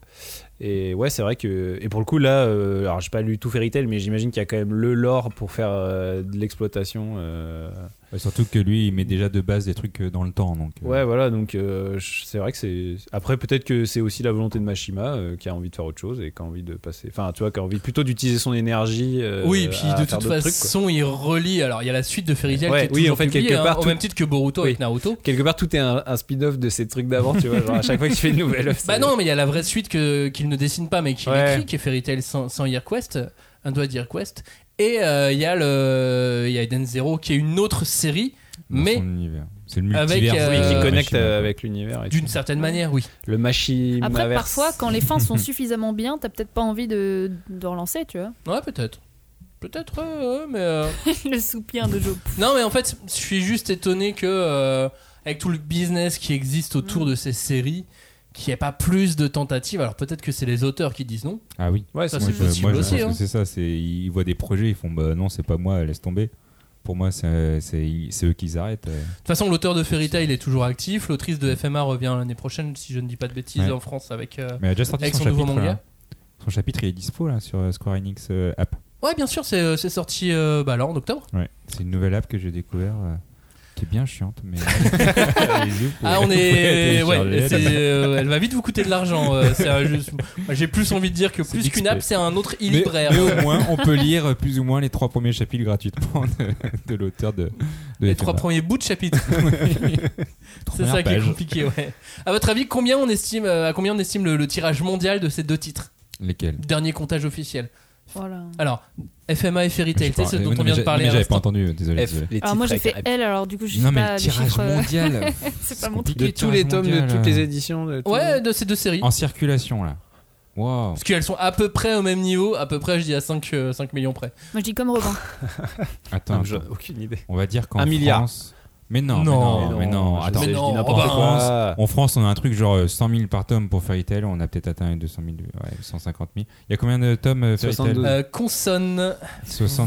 Et ouais, c'est vrai que et pour le coup là, euh, alors j'ai pas lu tout Fairy Tail, mais j'imagine qu'il y a quand même le lore pour faire euh, de l'exploitation. euh.
Ouais, surtout que lui, il met déjà de base des trucs euh, dans le temps. Donc, euh,
Ouais, voilà, donc euh, je- c'est vrai que c'est après peut-être que c'est aussi la volonté de Mashima euh, qui a envie de faire autre chose et qui a envie de passer, enfin tu vois, qui a envie plutôt d'utiliser son énergie. euh,
Oui, et puis
à
de
faire
toute
d'autres trucs, quoi.
façon, il relie. Alors, il y a la suite de Fairy Tail
Ouais,
qui est
oui,
toujours
en fait,
publiée,
quelque
hein,
part,
au
tout-
même titre que Boruto
Oui.
avec Naruto.
Quelque part, tout est un, un spin-off de ces trucs d'avant, tu vois. Genre à chaque fois que tu fais une nouvelle œuvre.
Bah
c'est-
non, mais il y a la vraie suite que- qu'il ne dessine pas, mais qu'il
Ouais.
écrit, qui est Fairy Tail sans, sans Year Quest, un doigt d'Year Quest. Et euh, il y a le, il y a Eden Zero, qui est une autre série,
dans
mais-
son univers. C'est le
Avec,
multivers.
euh,
Oui,
Euh,
qui connecte
Machima,
euh,
quoi.
avec l'univers. et
d'une
tout.
certaine manière, oui.
Le Machima.
Après, parfois, quand les fins sont suffisamment bien, t'as peut-être pas envie de, de relancer, tu vois.
Ouais, peut-être. Peut-être, ouais, ouais, mais. euh,
le soupir de Joe.
Non, mais en fait, je suis juste étonné que, euh, avec tout le business qui existe autour de ces séries, qu'il n'y ait pas plus de tentatives. Alors peut-être que c'est les auteurs qui disent non.
Ah oui.
Ouais,
Ça, c'est
c'est possible.
moi, je,
possible
moi, je
aussi,
pense
hein.
que c'est ça. c'est- Ils voient des projets, ils font bah non, c'est pas moi, laisse tomber. Pour moi, c'est c'est- c'est eux qui s'arrêtent. euh.
De toute façon, l'auteur de Fairy Tail est toujours actif. L'autrice de FMA revient l'année prochaine, si je ne dis pas de bêtises,
Ouais.
en France avec. euh,
Mais elle a déjà sorti
Avec
son,
son nouveau
chapitre.
manga.
là. Son chapitre, il est dispo là sur euh, Square Enix euh, app.
Ouais, bien sûr, c'est euh, c'est sorti euh, bah, là en octobre.
Ouais. C'est une nouvelle app que j'ai découvert euh, qui est bien chiante, mais. euh,
Ah, on est. Ouais, c'est,
c'est
euh, elle va vite vous coûter de l'argent. euh, c'est un- je- moi, J'ai plus envie de dire que plus
C'est
qu'une
XP.
app, c'est un autre
mais,
e-libraire.
mais oh, au moins, on peut lire euh, plus ou moins les trois premiers chapitres gratuitement de, de l'auteur de, de
Les
FMA.
trois premiers bouts de chapitre. C'est ça qui est
Première page.
compliqué, ouais. À votre avis, combien on estime, euh, à combien on estime le, le tirage mondial de ces deux titres
Lesquels
Dernier comptage officiel.
Voilà.
Alors, FMA et Fairy Tail,
Je sais
c'est
pas.
ce
Euh,
dont
non,
on
mais
vient de
j'ai-
parler
mais
à
J'avais pas
l'instant.
entendu, euh, désolé.
F,
désolé.
les
Alors moi, j'ai
titres
fait
avec
L, alors du coup, je
Non,
sais
mais
pas
le
les
tirage
chiffres. euh,
mondial.
C'est pas mon
un-
truc.
De
Le
tous les
tirage
tomes, de
mondial,
toutes
euh,
les éditions. de tout-
Ouais, de ces deux séries.
En circulation là. Waouh.
Parce qu'elles sont à peu près au même niveau, à peu près, je dis à 5, euh, 5 millions près.
Moi, je dis comme Robin.
Ah, Attends,
Non, mais j'en ai
attends.
aucune idée.
on va dire qu'en
Un
France.
milliard.
Mais
Non,
non, mais non, mais non,
je
attends.
sais, je dis
Mais non,
n'importe
bah,
quoi.
En France, on a un truc genre euh, 100 000 par tome pour Fairy Tail. On a peut-être atteint les 200 000, ouais, 150 000. Il y a combien de tomes euh, Fairy Tail
72.
Euh, consonne,
60.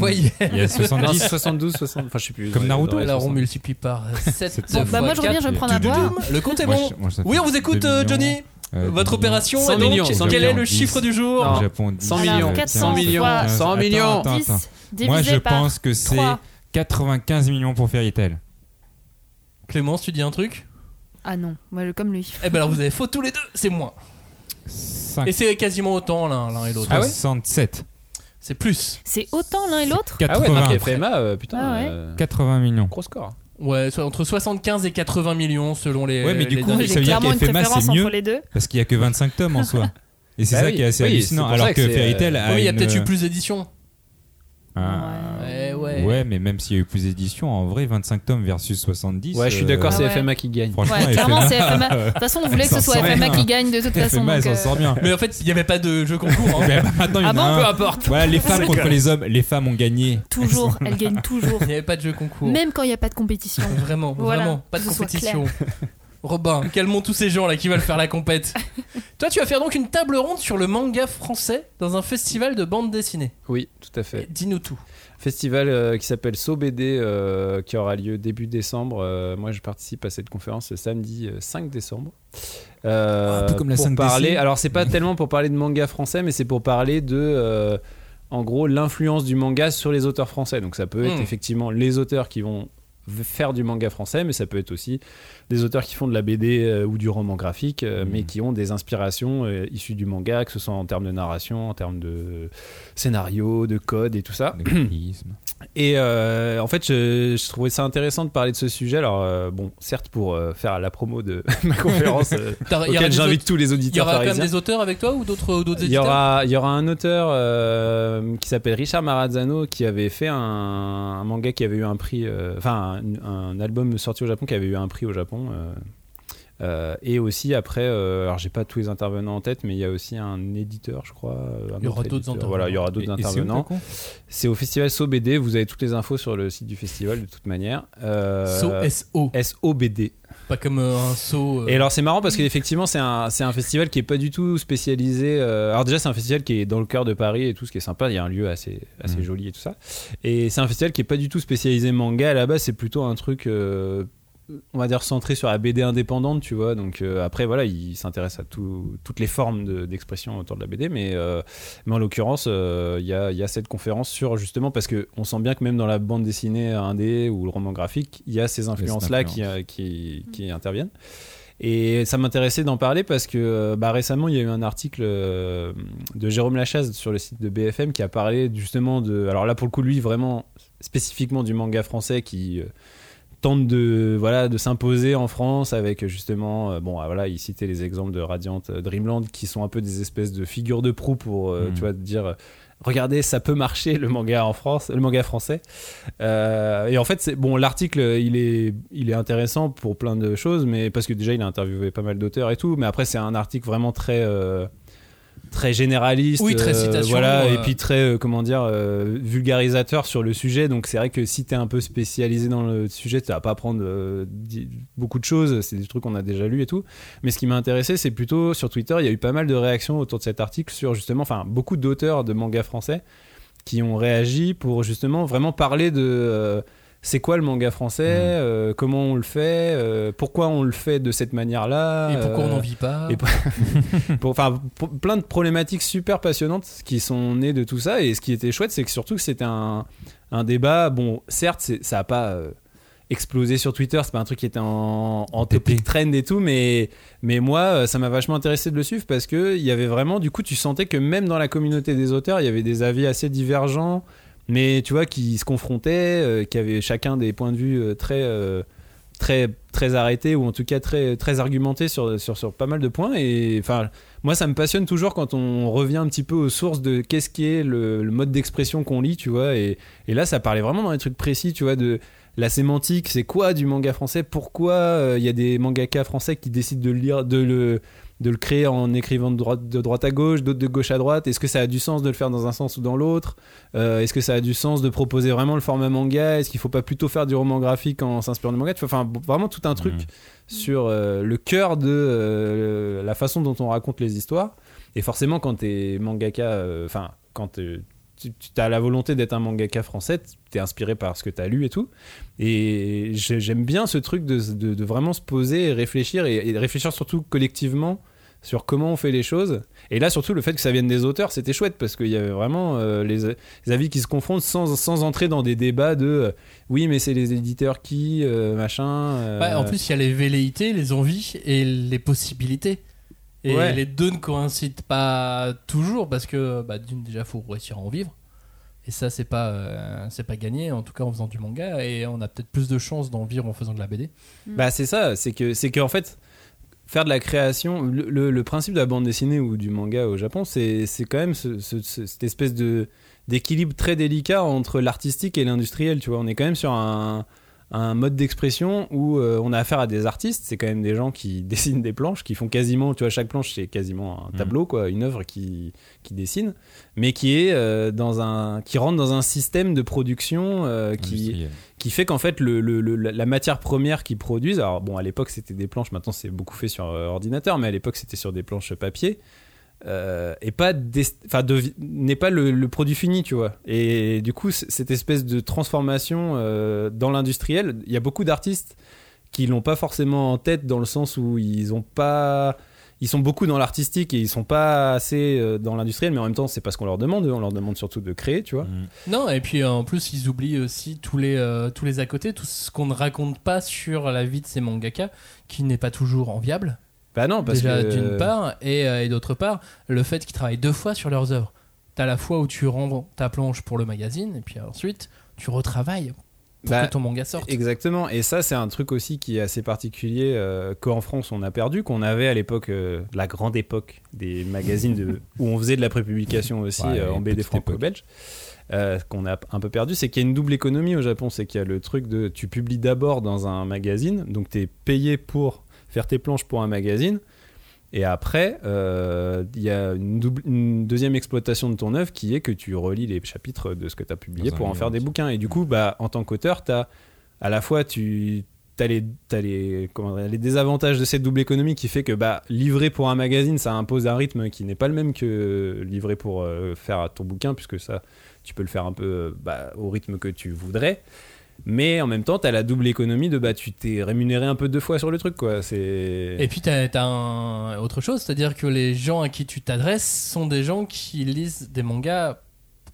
voyez.
Il y a 70.
72, 60. Enfin, je sais plus.
Comme
Ouais,
Naruto.
ouais,
Alors on
60.
multiplie par 7
Bon,
bah, moi, je reviens, je vais prendre à boire.
Le compte est
Moi,
bon.
je- moi, ça fait
Oui, on vous écoute,
2
euh,
millions,
Johnny.
euh,
Votre
2
opération
millions.
est
100
donc,
millions, 100
quel est le
millions,
chiffre
10.
du jour
Non.
Au Japon, 10,
100 millions,
400
15,
millions,
15.
100
Attends,
millions.
attends,
10
attends.
divisé
Moi, je
par
pense que c'est
3.
95 millions pour Fairy Tail.
Clémence, tu dis un truc
Ah non, moi, je comme lui.
Eh ben alors vous avez faux tous les deux, c'est moins. Et
5,
c'est quasiment autant l'un l'un et l'autre.
Ah ouais
67.
C'est plus.
C'est autant l'un et l'autre
Ah ouais, donc
80.
FMA, euh, putain.
Ah ouais.
euh,
80 millions.
Gros score.
Ouais, soit entre 75 et 80 millions selon les.
Ouais, mais du
les
coup,
derniers
ça veut
J'ai
dire
clairement une
qu'FMA, c'est
préférence
mieux.
entre les deux.
Parce qu'il n'y a que 25 tomes en soi. Et c'est
Bah
ça
oui.
qui est assez
Oui,
hallucinant.
c'est pour ça
Alors
que
que
c'est,
Fairy Tail
euh,
Ouais,
a.
mais il y a
une-
peut-être eu plus d'éditions.
Ah.
Ouais, ouais.
Ouais. mais même s'il y a eu plus d'éditions, en vrai, 25 tomes versus 70.
Ouais, je suis
euh,
d'accord, c'est
Ah ouais.
FMA qui gagne.
Franchement,
Ouais, clairement, c'est FMA. De toute façon, on voulait que ce
Elle
soit
s'en sort
FMA
bien.
qui gagne de toute façon.
FMA, elle
donc,
s'en
euh,
sort bien.
Mais en fait, il n'y avait pas de jeu concours. hein.
Mais maintenant, il y en a
Ah bon
un.
Peu importe.
Voilà, les femmes contre les hommes. Les femmes ont gagné.
Toujours, elle gagne toujours.
Il n'y avait pas de jeu concours.
Même quand il n'y a pas de compétition.
Vraiment,
Voilà,
vraiment, pas de
que ce soit
compétition. Robin, calmons tous ces gens là qui veulent faire la compète. Toi, tu vas faire donc une table ronde sur le manga français dans un festival de bande dessinée.
Oui, tout à fait.
Dis-nous tout.
festival euh, qui s'appelle SoBD euh, qui aura lieu début décembre. Euh, moi, je participe à cette conférence le samedi euh, 5 décembre. Euh,
Ah, Un peu comme la
pour
5DC.
parler, alors c'est pas tellement pour parler de manga français, mais c'est pour parler de euh, en gros l'influence du manga sur les auteurs français. Donc ça peut être
Hmm.
effectivement les auteurs qui vont v- faire du manga français, mais ça peut être aussi des auteurs qui font de la BD euh, ou du roman graphique, euh,
Hmm.
mais qui ont des inspirations euh, issues du manga, que ce soit en termes de narration, en termes de scénario, de code et tout ça.
Le graphisme.
Et euh, en fait, je, je trouvais ça intéressant de parler de ce sujet. Alors, euh, bon, certes, pour euh, faire la promo de ma conférence, euh,
T'as- il y aura
auquel
des
j'invite
auteurs-
tous les
Il y
auditeurs
aura quand même
parisiens.
des auteurs avec toi ou d'autres ou d'autres
Il y
éditeurs
aura, il y aura un auteur euh, qui s'appelle Richard Marazzano qui avait fait un, un manga qui avait eu un prix, euh, enfin un, un album sorti au Japon qui avait eu un prix au Japon. euh, euh, et aussi après, euh, alors j'ai pas tous les intervenants en tête, mais il y a aussi un éditeur, je crois. euh, un
Il y aura
autre
d'autres
éditeur.
intervenants.
Voilà, il y aura d'autres
Et- et c'est où,
intervenants.
t'as con
C'est au festival SOBD, vous avez toutes les infos sur le site du festival de toute manière.
So
Euh,
SO,
SOBD.
pas comme euh, un so. euh,
Et alors c'est marrant parce qu'effectivement c'est un, c'est un festival qui est pas du tout spécialisé. euh, alors déjà c'est un festival qui est dans le cœur de Paris et tout ce qui est sympa, il y a un lieu assez, assez
Mhm.
joli et tout ça. Et c'est un festival qui est pas du tout spécialisé manga à la base, c'est plutôt un truc... euh, on va dire centré sur la BD indépendante, tu vois. Donc euh, après, voilà, il s'intéresse à tout- toutes les formes de- d'expression autour de la BD, mais euh, mais en l'occurrence, euh, il y, a, il y a cette conférence sur justement parce que on sent bien que même dans la bande dessinée indé ou le roman graphique, il y a ces influences-là qui, euh, qui, qui interviennent. Et ça m'intéressait d'en parler parce que euh, bah, récemment, il y a eu un article euh, de Jérôme Lachaise sur le site de BFM qui a parlé justement de. Alors là, pour le coup, lui, vraiment spécifiquement du manga français qui. euh, tente de voilà de s'imposer en France avec justement euh, bon ah, voilà il citait les exemples de Radiant euh, Dreamland qui sont un peu des espèces de figures de proue pour euh,
Mm.
tu vois dire euh, regardez ça peut marcher le manga en France le manga français Euh, et en fait c'est bon l'article il est il est intéressant pour plein de choses mais parce que déjà il a interviewé pas mal d'auteurs et tout mais après c'est un article vraiment très euh, très généraliste
Oui, très
euh,
citation,
voilà
euh.
et puis très euh, comment dire euh, vulgarisateur sur le sujet donc c'est vrai que si t'es un peu spécialisé dans le sujet tu vas pas apprendre euh, di- beaucoup de choses c'est des trucs qu'on a déjà lu et tout mais ce qui m'a intéressé c'est plutôt sur Twitter il y a eu pas mal de réactions autour de cet article sur justement enfin beaucoup d'auteurs de mangas français qui ont réagi pour justement vraiment parler de euh, c'est quoi le manga français
Mmh.
euh, comment on le fait euh, pourquoi on le fait de cette euh, manière là
et pourquoi on n'en vit pas
et pour- pour, enfin, pour- plein de problématiques super passionnantes qui sont nées de tout ça. Et ce qui était chouette, c'est que surtout que c'était un, un débat. Bon, certes, c'est- ça a pas euh, explosé sur Twitter. C'est pas un truc qui était en, en
Pété.
topic trend et tout. Mais, mais moi, euh, ça m'a vachement intéressé de le suivre parce que il y avait vraiment, du coup, tu sentais que même dans la communauté des auteurs, il y avait des avis assez divergents. Mais tu vois, qui se confrontaient, euh, qui avaient chacun des points de vue euh, très. euh, très très arrêté ou en tout cas très très argumenté sur sur, sur pas mal de points et enfin moi ça me passionne toujours quand on revient un petit peu aux sources de qu'est-ce qui est le, le mode d'expression qu'on lit tu vois et, et là ça parlait vraiment dans les trucs précis tu vois de la sémantique c'est quoi du manga français pourquoi euh, il y a des mangaka français qui décident de le lire de le de le créer en écrivant de droite, de droite à gauche, d'autres de gauche à droite. Est-ce que ça a du sens de le faire dans un sens ou dans l'autre euh, Est-ce que ça a du sens de proposer vraiment le format manga Est-ce qu'il faut pas plutôt faire du roman graphique en s'inspirant du manga Tu vois, Enfin, b- vraiment tout un truc
Mhm.
sur euh, le cœur de euh, la façon dont on raconte les histoires. Et forcément, quand t'es mangaka, euh, enfin, quand euh, tu, as la volonté d'être un mangaka français, t'es inspiré par ce que t'as lu et tout. Et j'ai- j'aime bien ce truc de, de- de vraiment se poser et réfléchir, et, et réfléchir surtout collectivement sur comment on fait les choses. Et là, surtout, le fait que ça vienne des auteurs, c'était chouette parce qu'il y avait vraiment euh, les, les avis qui se confrontent sans, sans entrer dans des débats de euh, oui, mais c'est les éditeurs qui, euh, machin. euh,
Ouais, Bah, en plus, il y a les velléités, les envies et les possibilités. Et
Ouais.
les deux ne coïncident pas toujours parce que, bah, d'une, déjà, faut réussir à en vivre. Et ça, c'est pas, euh, c'est pas gagné, en tout cas en faisant du manga. Et on a peut-être plus de chances d'en vivre en faisant de la BD.
Bah c'est ça, c'est que c'est qu'en fait faire de la création, le, le- le principe de la bande dessinée ou du manga au Japon, c'est c'est quand même ce- ce- ce- cette espèce de d'équilibre très délicat entre l'artistique et l'industriel. Tu vois, on est quand même sur un un mode d'expression où euh, on a affaire à des artistes, c'est quand même des gens qui dessinent des planches, qui font quasiment, tu vois, chaque planche c'est quasiment un
Mhm.
tableau, quoi, une œuvre qui, qui dessine, mais qui est euh, dans un, qui rentre dans un système de production euh, qui,
Industriel.
qui fait qu'en fait le, le- le- la la matière première qu'ils produisent, alors bon à l'époque c'était des planches, maintenant c'est beaucoup fait sur euh, ordinateur, mais à l'époque c'était sur des planches papier, euh, et pas des- enfin devi- n'est pas le, le produit fini, tu vois. Et du coup c- cette espèce de transformation euh, dans l'industriel, il y a beaucoup d'artistes qui l'ont pas forcément en tête dans le sens où ils ont pas ils sont beaucoup dans l'artistique et ils sont pas assez euh, dans l'industriel mais en même temps c'est pas ce qu'on leur demande eux. on leur demande surtout de créer tu vois
Mm.
Non, et puis euh, en plus, ils oublient aussi tous les, euh, tous les à côté, tout ce qu'on ne raconte pas sur la vie de ces mangaka, qui n'est pas toujours enviable.
bah non parce
déjà
que
d'une part et, euh, et d'autre part le fait qu'ils travaillent deux fois sur leurs œuvres t'as la fois où tu rends ta planche pour le magazine et puis ensuite tu retravailles pour
Bah,
que ton manga sorte
Exactement. Et ça, c'est un truc aussi qui est assez particulier euh, qu'en France on a perdu, qu'on avait à l'époque, euh, la grande époque des magazines de, où on faisait de la prépublication aussi
Ouais,
euh, en
petite
BD
époque.
franco-belge, euh, qu'on a un peu perdu, c'est qu'il y a une double économie au Japon. C'est qu'il y a le truc de tu publies d'abord dans un magazine, donc tu es payé pour faire tes planches pour un magazine. Et après, euh, il y a une, double- une deuxième exploitation de ton œuvre qui est que tu relis les chapitres de ce que tu as publié
Dans un
pour en
livre Mm.
faire des
entier.
bouquins. Et du coup, bah, en tant qu'auteur, tu as à la fois tu as les, t'as les, comment dire, les désavantages de cette double économie qui fait que bah, livrer pour un magazine, ça impose un rythme qui n'est pas le même que livrer pour euh, faire ton bouquin, puisque ça, tu peux le faire un peu euh, bah, au rythme que tu voudrais. Mais en même temps, tu as la double économie de bah, tu t'es rémunéré un peu deux fois sur le truc. quoi.
et
C'est
puis t'as t'as un- autre chose c'est à dire que les gens à qui tu t'adresses sont des gens qui lisent des mangas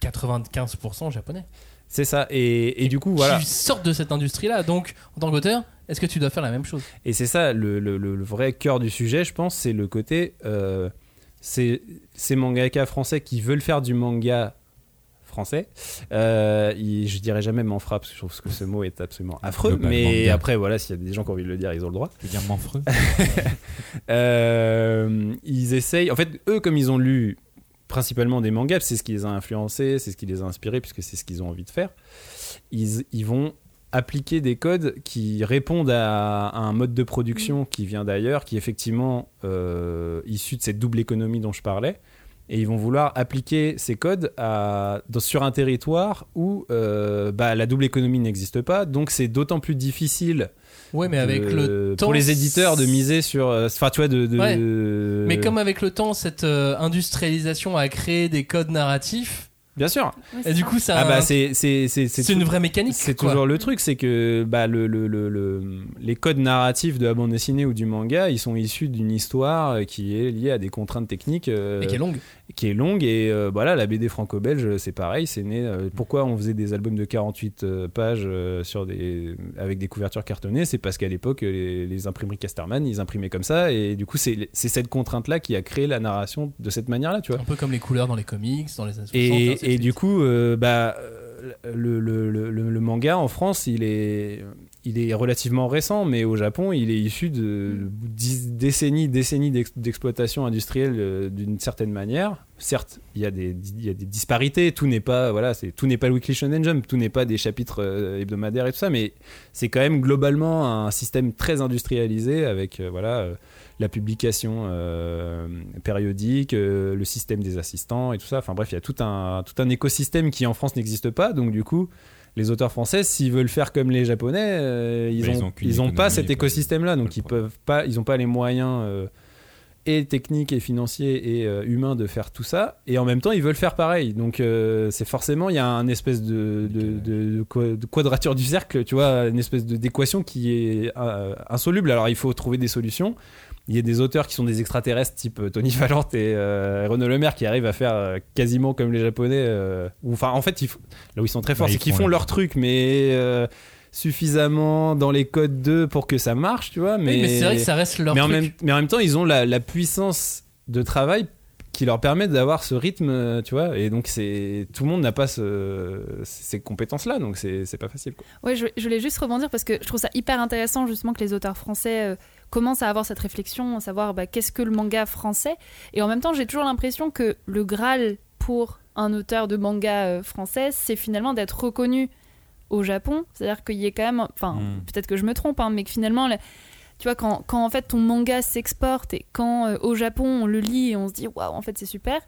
95% japonais
c'est ça. Et, et du coup, voilà.
qui sortent de cette industrie là donc en tant qu'auteur est-ce que tu dois faire la même chose
Et c'est ça le, le- le- le vrai cœur du sujet, je pense, c'est le côté. euh, c'est- ces mangaka français qui veulent faire du manga français. Euh, ils- je dirais jamais m'en frappe, parce que je trouve que ce mot est absolument affreux.
Global
Mais
manga.
après, voilà, s'il y a des gens qui ont envie de le dire, ils ont le droit.
Je veux dire Manfreux.
Euh, ils essayent. En fait, eux, comme ils ont lu principalement des mangas, c'est ce qui les a influencés, c'est ce qui les a inspirés, puisque c'est ce qu'ils ont envie de faire. Ils, ils vont appliquer des codes qui répondent à, à un mode de production qui vient d'ailleurs, qui est effectivement euh, issu de cette double économie dont je parlais. Et ils vont vouloir appliquer ces codes à- dans- sur un territoire où euh, bah, la double économie n'existe pas. Donc c'est d'autant plus difficile
ouais mais avec
de-
le temps
Euh, pour les éditeurs de miser sur euh, enfin tu vois de, de-
Ouais. mais comme avec le temps cette euh, industrialisation a créé des codes narratifs
bien sûr
et du coup ça
ah bah c'est c'est c'est
C'est
tout-
une vraie mécanique.
c'est
quoi.
toujours le truc c'est que bah le, le- le- le- les codes narratifs de la bande dessinée ou du manga ils sont issus d'une histoire euh, qui est liée à des contraintes techniques euh,
Mais qui est longue.
qui est longue et euh, voilà la BD franco-belge c'est pareil c'est né euh, pourquoi on faisait des albums de 48 euh, pages euh, sur des avec des couvertures cartonnées c'est parce qu'à l'époque euh, les, les imprimeries Casterman ils imprimaient comme ça et du coup c'est c'est cette contrainte là qui a créé la narration de cette manière là tu vois
Un peu comme les couleurs dans les comics, dans les années hein, 60.
et,
ainsi de
et
suite.
du coup, euh, bah, le, le- le- le- le manga en France, il est, il est relativement récent, mais au Japon, il est issu de dix- décennies, décennies d'ex- d'exploitation industrielle euh, d'une certaine manière. Certes, il y, a des, il y a des disparités, tout n'est pas, voilà, c'est- tout n'est pas le Weekly Shonen Jump, tout n'est pas des chapitres euh, hebdomadaires et tout ça, mais c'est quand même globalement un système très industrialisé avec euh, voilà euh, la publication euh, périodique, euh, le système des assistants et tout ça. Enfin bref, il y a tout un tout un écosystème qui en France n'existe pas. Donc du coup, les auteurs français, s'ils veulent faire comme les japonais, euh, ils,
Bah, ils
ont,
ont qu'une
ils ont pas
économie,
cet
ils peuvent-
écosystème là,
ils
donc
peuvent
ils
pas.
peuvent pas, ils ont pas les moyens. euh, et techniques et financiers et euh, humains de faire tout ça et en même temps ils veulent faire pareil donc euh, c'est forcément il y a un espèce de, de, de- de qua- de quadrature du cercle tu vois une espèce de d'équation qui est euh, insoluble alors il faut trouver des solutions il y a des auteurs qui sont des extraterrestres type euh, Tony Valente et euh, Renaud Lemaire qui arrivent à faire euh, quasiment comme les japonais euh, ou enfin en fait ils f- là où ils sont très forts
Ouais, Bah, ils
c'est qu'ils
font
font
leur-
leur truc mais euh, suffisamment dans les codes d'eux pour que ça marche tu vois mais
Oui, mais c'est vrai que ça reste leur
mais en,
truc.
même, mais en même temps, ils ont la, la puissance de travail qui leur permettent d'avoir ce rythme, euh, tu vois. Et donc, c'est tout le monde n'a pas ce- ces compétences-là, donc c'est c'est pas facile. quoi.
Ouais, je, je voulais juste rebondir parce que je trouve ça hyper intéressant justement que les auteurs français euh, commencent à avoir cette réflexion, à savoir bah, qu'est-ce que le manga français. Et en même temps, j'ai toujours l'impression que le Graal pour un auteur de manga euh, français, c'est finalement d'être reconnu au Japon. C'est-à-dire qu'il y ait quand même, enfin,
Mm.
peut-être que je me trompe, hein, mais que finalement, la- tu vois, quand, quand en fait ton manga s'exporte et quand euh, au Japon on le lit et on se dit waouh, en fait c'est super.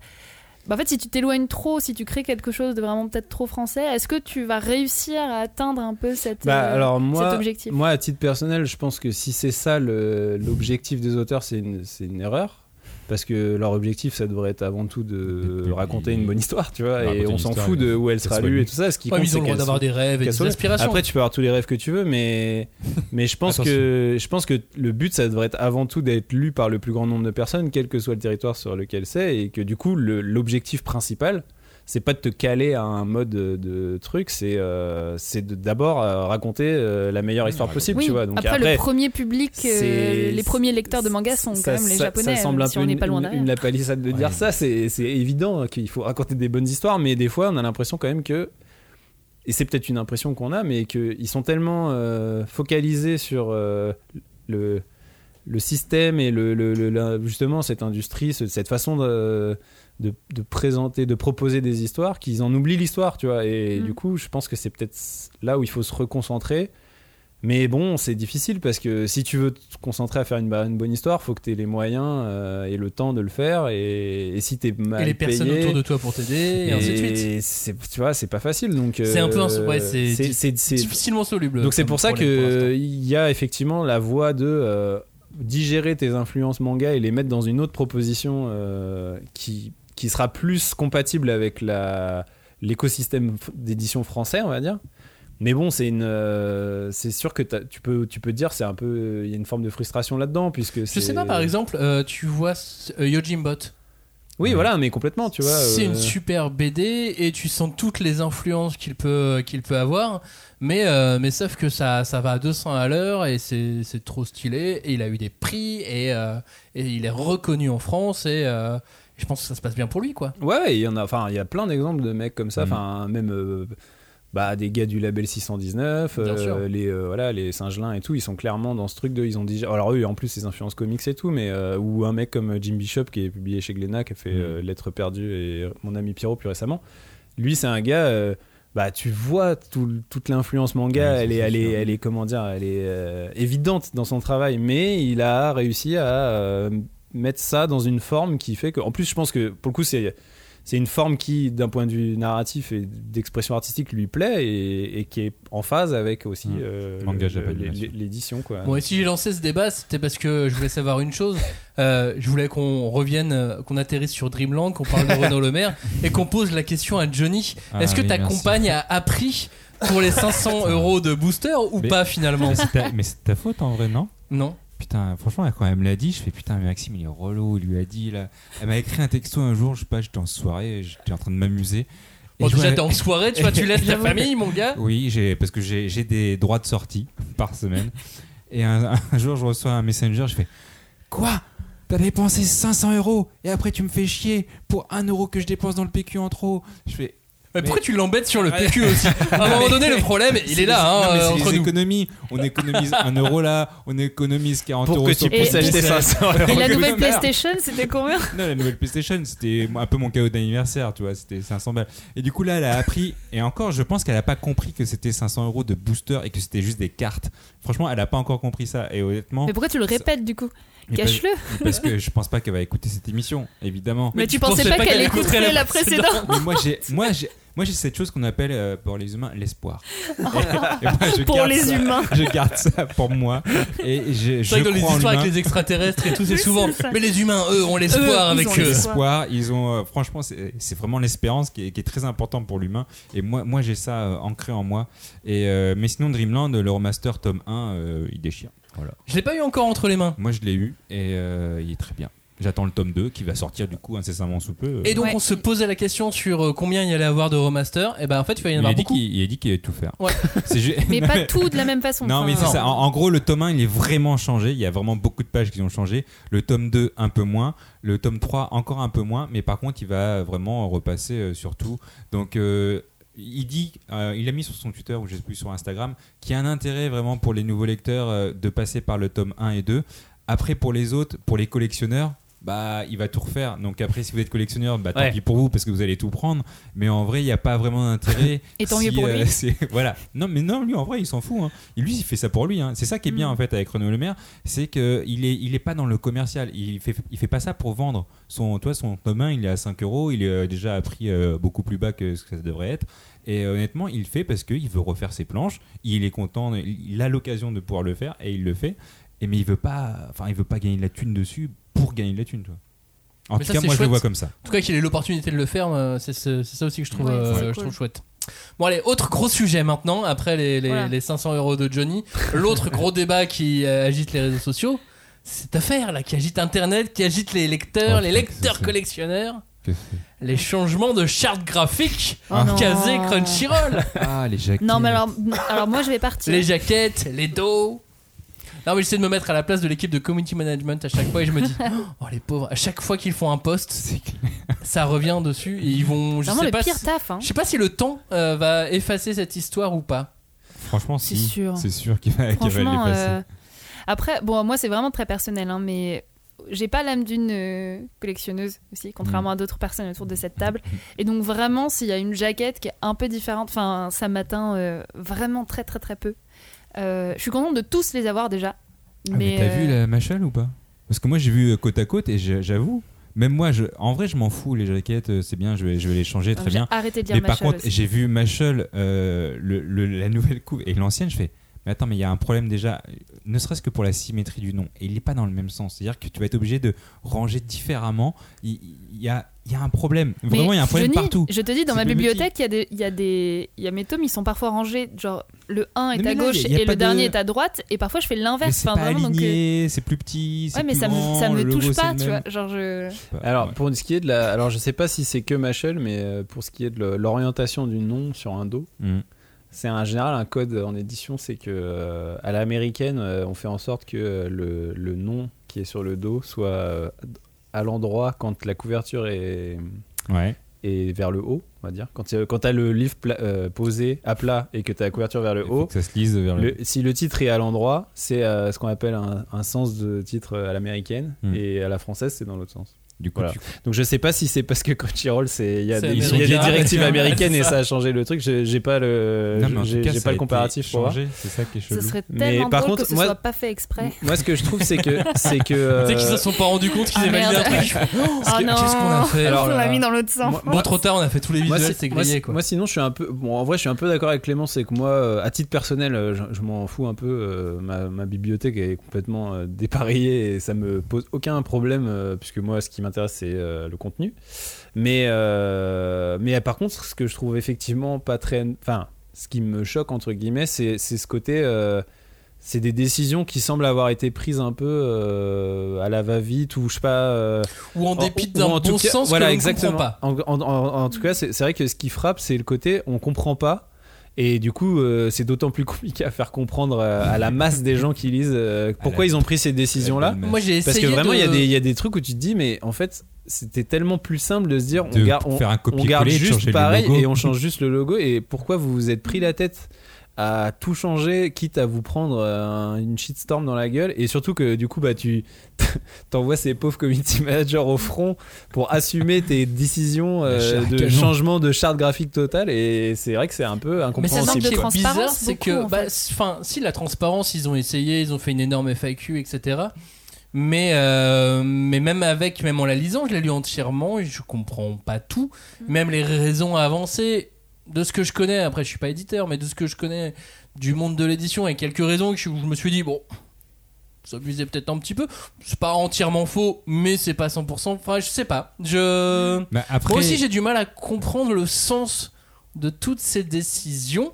Bah, en fait, si tu t'éloignes trop, si tu crées quelque chose de vraiment peut-être trop français, est-ce que tu vas réussir à atteindre un peu cette,
Bah,
euh,
alors moi,
cet objectif
moi, à titre personnel, je pense que si c'est ça le- l'objectif des auteurs, c'est une, c'est une erreur. Parce que leur objectif, ça devrait être avant tout de,
De- de-
raconter une bonne histoire, tu vois.
raconter
Et on
une
s'en
histoire,
fout de
euh,
où elle
qu'elle
sera
soit
lue et
lue.
tout ça. Ce qui
Ouais, mais ils
compte,
ont
c'est
le droit
qu'elle
d'avoir des rêves et
qu'elles
des
sont là.
aspirations.
Après, tu peux avoir tous les rêves que tu veux, mais, mais je, pense
Attention.
que, je pense que le but, ça devrait être avant tout d'être lu par le plus grand nombre de personnes, quel que soit le territoire sur lequel c'est, et que du coup, le- l'objectif principal, c'est pas de te caler à un mode de, de truc, c'est euh, c'est de d'abord euh, raconter euh, la meilleure histoire possible,
Oui,
tu vois. Donc
après,
après,
le premier public, euh,
c'est-
les premiers lecteurs de manga sont
ça-
quand même les
ça-
japonais,
Ça semble
même
un
si
peu
on n'est
une-
pas loin
une-
derrière.
une lapalissade de dire
Ouais.
ça, c'est c'est évident qu'il faut raconter des bonnes histoires, mais des fois on a l'impression quand même que, et c'est peut-être une impression qu'on a, mais qu'ils sont tellement euh, focalisés sur euh, le, le système et le, le- le- la- justement cette industrie, ce- cette façon de, de, de présenter, de proposer des histoires, qu'ils en oublient l'histoire, tu vois. Et
Mm.
du coup, je pense que c'est peut-être là où il faut se reconcentrer. Mais bon, c'est difficile parce que si tu veux te concentrer à faire une, ba- une bonne histoire, faut que tu aies les moyens euh, et le temps de le faire. Et, et si tu es mal
Et les personnes
payé,
autour de toi pour t'aider, et ainsi de suite.
et c'est- Tu vois, c'est pas facile. Donc,
C'est un peu
euh,
insu- ouais, c'est-
c'est- c'est- c'est-
Difficilement soluble.
donc c'est
comme
pour ça
problème pour l'instant.
que il y a effectivement la voie de euh, digérer tes influences manga et les mettre dans une autre proposition euh, qui qui sera plus compatible avec la l'écosystème f- d'édition français, on va dire. Mais bon, c'est une, euh, c'est sûr que t'as- tu peux, tu peux dire, c'est un peu, il y a une forme de frustration là-dedans puisque.
Je sais pas, par exemple, euh, tu vois euh, Yojimbot.
Oui, voilà, mais complètement, tu vois.
C'est
euh,
une super BD et tu sens toutes les influences qu'il peut, euh, qu'il peut avoir, mais, euh, mais sauf que ça, ça va à 200 à l'heure et c'est c'est trop stylé. Et il a eu des prix et, euh, et il est reconnu en France et euh, je pense que ça se passe bien pour lui, quoi.
Ouais, ouais, il y en a. Enfin, il y a plein d'exemples de mecs comme ça.
Mhm.
Enfin, même euh, bah, des gars du label 619,
Bien
euh,
sûr.
les euh, voilà, les Singelins et tout. Ils sont clairement dans ce truc de. Ils ont déjà. Alors eux, en plus, ces influences comics et tout, mais euh, ou un mec comme Jim Bishop qui est publié chez Glénat, qui a fait
Mhm.
euh, Lettres perdues et euh, mon ami Pierrot plus récemment. Lui, c'est un gars. euh, bah, tu vois tout- toute l'influence manga,
Ouais, ça,
elle, est,
c'est
elle, est,
sûr.
elle est, comment dire, elle est euh, évidente dans son travail, mais il a réussi à euh, mettre ça dans une forme qui fait que, en plus, je pense que pour le coup, c'est c'est une forme qui, d'un point de vue narratif et d'expression artistique, lui plaît et, et qui est en phase avec aussi
Mmh.
euh,
Manga
le-
japonais,
le-
bien sûr.
l'édition, quoi.
Bon, et si j'ai lancé ce débat, c'était parce que je voulais savoir une chose. Euh, je voulais qu'on revienne, euh, qu'on atterrisse sur Dreamland, qu'on parle de Renaud Le Maire et qu'on pose la question à Johnny.
Ah
Est-ce que
oui,
ta
merci.
compagne a appris pour les 500 euros de booster ou
Mais-
pas finalement
Mais c'est ta- Mais c'est de ta faute en vrai, non
Non.
Putain, franchement, quand elle me l'a dit, je fais putain, mais Maxime, il est relou, il lui a dit là. Elle m'a écrit un texto un jour, je sais pas, j'étais en soirée, j'étais en train de m'amuser. Et
Bon, Oh,
je
déjà,
vois-
t'es en soirée, tu vois, tu laisses ta famille, mon gars.
Oui, j'ai- parce que j'ai j'ai des droits de sortie par semaine. Et un, un jour, je reçois un messenger, je fais Quoi T'as dépensé 500 euros et après tu me fais chier pour 1 euro que je dépense dans le PQ en trop. Je fais
Mais pourquoi tu l'embêtes sur le PQ aussi À un moment donné, le problème, il est là, hein,
Non, mais c'est
entre
les
nous.
économies. On économise 1 euro là, on économise 40
Pour
euros
que
sur
tu puisses
euh,
Et-
acheter
et-
500
Et la
que
nouvelle
ma mère-
PlayStation, c'était combien
Non, la nouvelle PlayStation, c'était un peu mon cadeau d'anniversaire, tu vois, c'était 500 balles. Et du coup, là, elle a appris, et encore, je pense qu'elle a pas compris que c'était 500 euros de booster et que c'était juste des cartes. Franchement, elle a pas encore compris ça, et honnêtement,
Mais pourquoi tu le répètes du coup
mais parce,
Cache-le.
parce que je pense pas qu'elle va écouter cette émission, évidemment.
Mais, tu pensais pas qu'elle écouterait la précédente
Mais moi, j'ai, moi, j'ai, moi, j'ai cette chose qu'on appelle, euh, pour les humains, l'espoir. Et- et moi, je
pour
garde
les
ça-
humains
Je garde ça pour moi, et je, je
C'est vrai que dans les
crois en
histoires
l'humain.
avec les extraterrestres et tout, c'est
Oui,
souvent.
c'est ça.
Mais les humains, eux, ont
Eux,
l'espoir
ils
avec
ont
eux.
l'espoir.
espoir. Ils ont, euh, franchement, c'est c'est vraiment l'espérance qui, est- qui est très importante pour l'humain. Et moi, moi j'ai ça euh, ancré en moi. Et, euh, mais sinon, Dreamland, le remaster tome 1, euh, il déchire. Voilà.
Je l'ai pas eu encore entre les mains.
Moi, je l'ai eu et euh, il est très bien. J'attends le tome 2 qui va sortir du coup incessamment sous peu.
Et donc
Ouais.
on se posait la question sur euh, combien il y allait avoir de remaster. Et ben en fait il va y en
il, a
avoir
dit
beaucoup.
qu'il, il a dit qu'il allait tout faire.
Ouais.
C'est ju-
Mais pas tout de la même façon.
Non,
enfin,
mais c'est ça. En, en gros, le tome 1, il est vraiment changé. Il y a vraiment beaucoup de pages qui ont changé. Le tome 2, un peu moins. Le tome 3, encore un peu moins. Mais par contre, il va vraiment repasser euh, sur tout. Donc, euh, il dit, euh, il a mis sur son Twitter ou je sais plus sur Instagram, qu'il y a un intérêt vraiment pour les nouveaux lecteurs euh, de passer par le tome 1 et 2. Après, pour les autres, pour les collectionneurs, bah, il va tout refaire. Donc après, si vous êtes collectionneur, bah, tant
Ouais.
pis pour vous parce que vous allez tout prendre. Mais en vrai, il n'y a pas vraiment d'intérêt.
Et tant
si, euh,
mieux pour lui.
c'est- voilà. Non, mais non, lui, en vrai, il s'en fout. hein. Et Lui, il fait ça pour lui. hein. C'est ça qui est bien,
Mm.
en fait, avec Renaud Le Maire. C'est qu'il est, il est pas dans le commercial. Il fait, il fait pas ça pour vendre. Son, toi, son tome 1, il est à 5 euros. Il est euh, déjà à prix euh, beaucoup plus bas que ce que ça devrait être. Et euh, honnêtement, il le fait parce qu'il veut refaire ses planches. Il est content. Il il a l'occasion de pouvoir le faire et il le fait. Et mais il veut pas, enfin, il veut pas gagner de la thune dessus pour gagner de la thune, toi. En
Mais
tout
ça,
cas,
c'est
moi, je le
chouette.
vois comme ça.
En tout cas qu'il ait l'opportunité de le faire, euh, c'est ce- c'est ça aussi que je trouve,
Ouais,
euh,
c'est
je
cool.
trouve chouette. Bon allez, autre gros sujet maintenant, après les, les-
Voilà.
les 500 euros de Johnny, l'autre gros débat qui euh, agite les réseaux sociaux, c'est cette affaire là qui agite Internet, qui agite les lecteurs,
Oh,
les
putain,
lecteurs
c'est ça.
collectionneurs, les changements de charte graphique,
Oh non.
casé Crunchyroll.
Ah, les Jacques.
Non, mais alors, alors moi je vais partir.
les jaquettes, les dos. Non, mais j'essaie de me mettre à la place de l'équipe de community management à chaque fois et je me dis, oh les pauvres, à chaque fois qu'ils font un poste, ça revient dessus et ils vont. Je
Vraiment
sais,
le
pas
pire
si,
taf. Hein.
je sais pas si le temps euh, va effacer cette histoire ou pas.
Franchement,
C'est
si.
sûr.
C'est sûr qu'il va, qu'il va
Franchement,
les passer.
euh, après, bon, moi c'est vraiment très personnel, hein, mais j'ai pas l'âme d'une euh, collectionneuse aussi,
Mm.
contrairement à d'autres personnes autour de cette table. Et donc vraiment, s'il y a une jaquette qui est un peu différente, enfin, ça m'atteint euh, vraiment très très très peu. Euh, je suis contente de tous les avoir déjà.
Ah, mais t'as
euh,
vu la machelle ou pas Parce que moi j'ai vu euh, côte à côte et j'ai- j'avoue, même moi, je, en vrai, je m'en fous les jaquettes, euh, c'est bien, je vais, je vais les changer, très
j'ai
bien.
Arrêté de dire
Mais par
Machal
contre,
aussi.
j'ai vu Machel, euh, le- le- la nouvelle couve et l'ancienne, je fais. Mais attends, mais il y a un problème déjà, ne serait-ce que pour la symétrie du nom. Et il n'est pas dans le même sens. C'est-à-dire que tu vas être obligé de ranger différemment. Il, il y, a, il y a un problème. Vraiment,
Mais
il y a un problème
Johnny,
partout.
Je te dis, dans
C'est
ma
plus
bibliothèque, il y, a des- il y a des. Il y a mes tomes, ils sont parfois rangés. Genre, le 1 est
mais
à
là,
gauche
il y a- il y a
et
pas
le
de-
dernier est à droite. Et parfois, je fais
Mais
l'inverse.
c'est
Enfin,
pas
vraiment, donc, euh,
aligné, c'est plus petit. c'est
Ouais, mais
plus
ça me,
grand,
ça me
le logo,
touche
c'est
pas,
le
tu
même. Bah,
vois. Genre, je.
Je sais pas,
Alors,
ouais.
pour ce qui est de la. Alors, je sais pas si c'est que Machel, mais euh, pour ce qui est de le- l'orientation du nom sur un dos,
Mhm.
c'est en général un code en édition, c'est que euh, à l'américaine, euh, on fait en sorte que euh, le, le nom qui est sur le dos soit euh, à l'endroit quand la couverture est,
ouais.
est vers le haut, on va dire. Quand, euh, quand t'as le livre pla- euh, posé à plat et que t'as la couverture vers le
Il faut
haut,
que ça se lise vers le.
le- si le titre est à l'endroit, c'est euh, ce qu'on appelle un, un sens de titre à l'américaine
Mhm.
et à la française, c'est dans l'autre sens.
Du coup,
Voilà.
tu-
Donc je sais pas si c'est parce que Crunchyroll, c'est il y a
C'est
des, il y a
américain.
des directives
Ouais,
américaines
c'est
et
ça.
ça a changé le truc. J'ai j'ai pas le,
Non, mais en tout
j'ai
cas,
j'ai
ça
pas
a
le
été
comparatif pour voir.
changé, C'est ça qui est
Ce
chelou.
serait
Mais
tellement
par
drôle
contre,
que ce
moi-
soit pas fait exprès.
Moi, ce que je trouve, c'est que c'est que euh,
Tu sais qu'ils se sont pas rendus compte qu'ils
Ah,
avaient validé un
merde.
truc.
Oh non
Qu'est-ce qu'on a fait
Alors,
Oh
On
là
l'a
là.
mis dans l'autre sens.
moi-
Bon, trop tard, on a fait tous les
moi,
visuels,
si-
c'est
moi, si-
grillé quoi.
moi, sinon je suis un peu bon en vrai je suis un peu d'accord avec Clément c'est que moi euh, à titre personnel euh, je, je m'en fous un peu euh, ma, ma bibliothèque est complètement euh, dépareillée et ça me pose aucun problème euh, puisque moi ce qui m'intéresse c'est euh, le contenu mais euh, mais euh, par contre ce que je trouve effectivement pas très enfin ce qui me choque entre guillemets c'est c'est ce côté euh, c'est des décisions qui semblent avoir été prises un peu euh, à la va-vite ou je sais pas euh,
Ou en dépit d'un
ou
bon
en tout cas-
sens
voilà,
que l'on ne
exactement.
comprend pas.
En, en- en- en tout cas, c'est c'est vrai que ce qui frappe, c'est le côté on comprend pas. Et du coup, euh, c'est d'autant plus compliqué à faire comprendre euh, à la masse des gens qui lisent euh, pourquoi
la-
ils ont pris ces décisions-là.
Moi j'ai
Parce
essayé
que vraiment, il y, a
de-
des- il y a des trucs où tu te dis, mais en fait, c'était tellement plus simple de se dire on,
de
gar- on-
faire un
on garde
copier-coller, et de changer
juste
le
pareil
logo.
et on change juste le logo. Et pourquoi vous vous êtes pris la tête à tout changer, quitte à vous prendre euh, une shitstorm dans la gueule Et surtout que du coup, bah, tu t'envoies ces pauvres community managers au front pour assumer tes décisions euh,
charte,
de
non.
changement de charte graphique totale. Et c'est vrai que c'est un peu
Mais ça
incompréhensible.
manque de
Compréhensible. transparence
bizarre, c'est que,
beaucoup, en
bah,
fait.
c'est- enfin, si la transparence, ils ont essayé, ils ont fait une énorme FAQ, etc. Mais, euh, mais même avec, même en la lisant, je l'ai lu entièrement et je comprends pas tout. Même les raisons avancées, de ce que je connais, après je suis pas éditeur, mais de ce que je connais du monde de l'édition et quelques raisons que je, où je me suis dit, bon, s'amuser peut-être un petit peu. C'est pas entièrement faux, mais c'est pas 100%. Enfin, je sais pas. Je.
Bah, après,
Moi aussi, j'ai du mal à comprendre le sens de toutes ces décisions.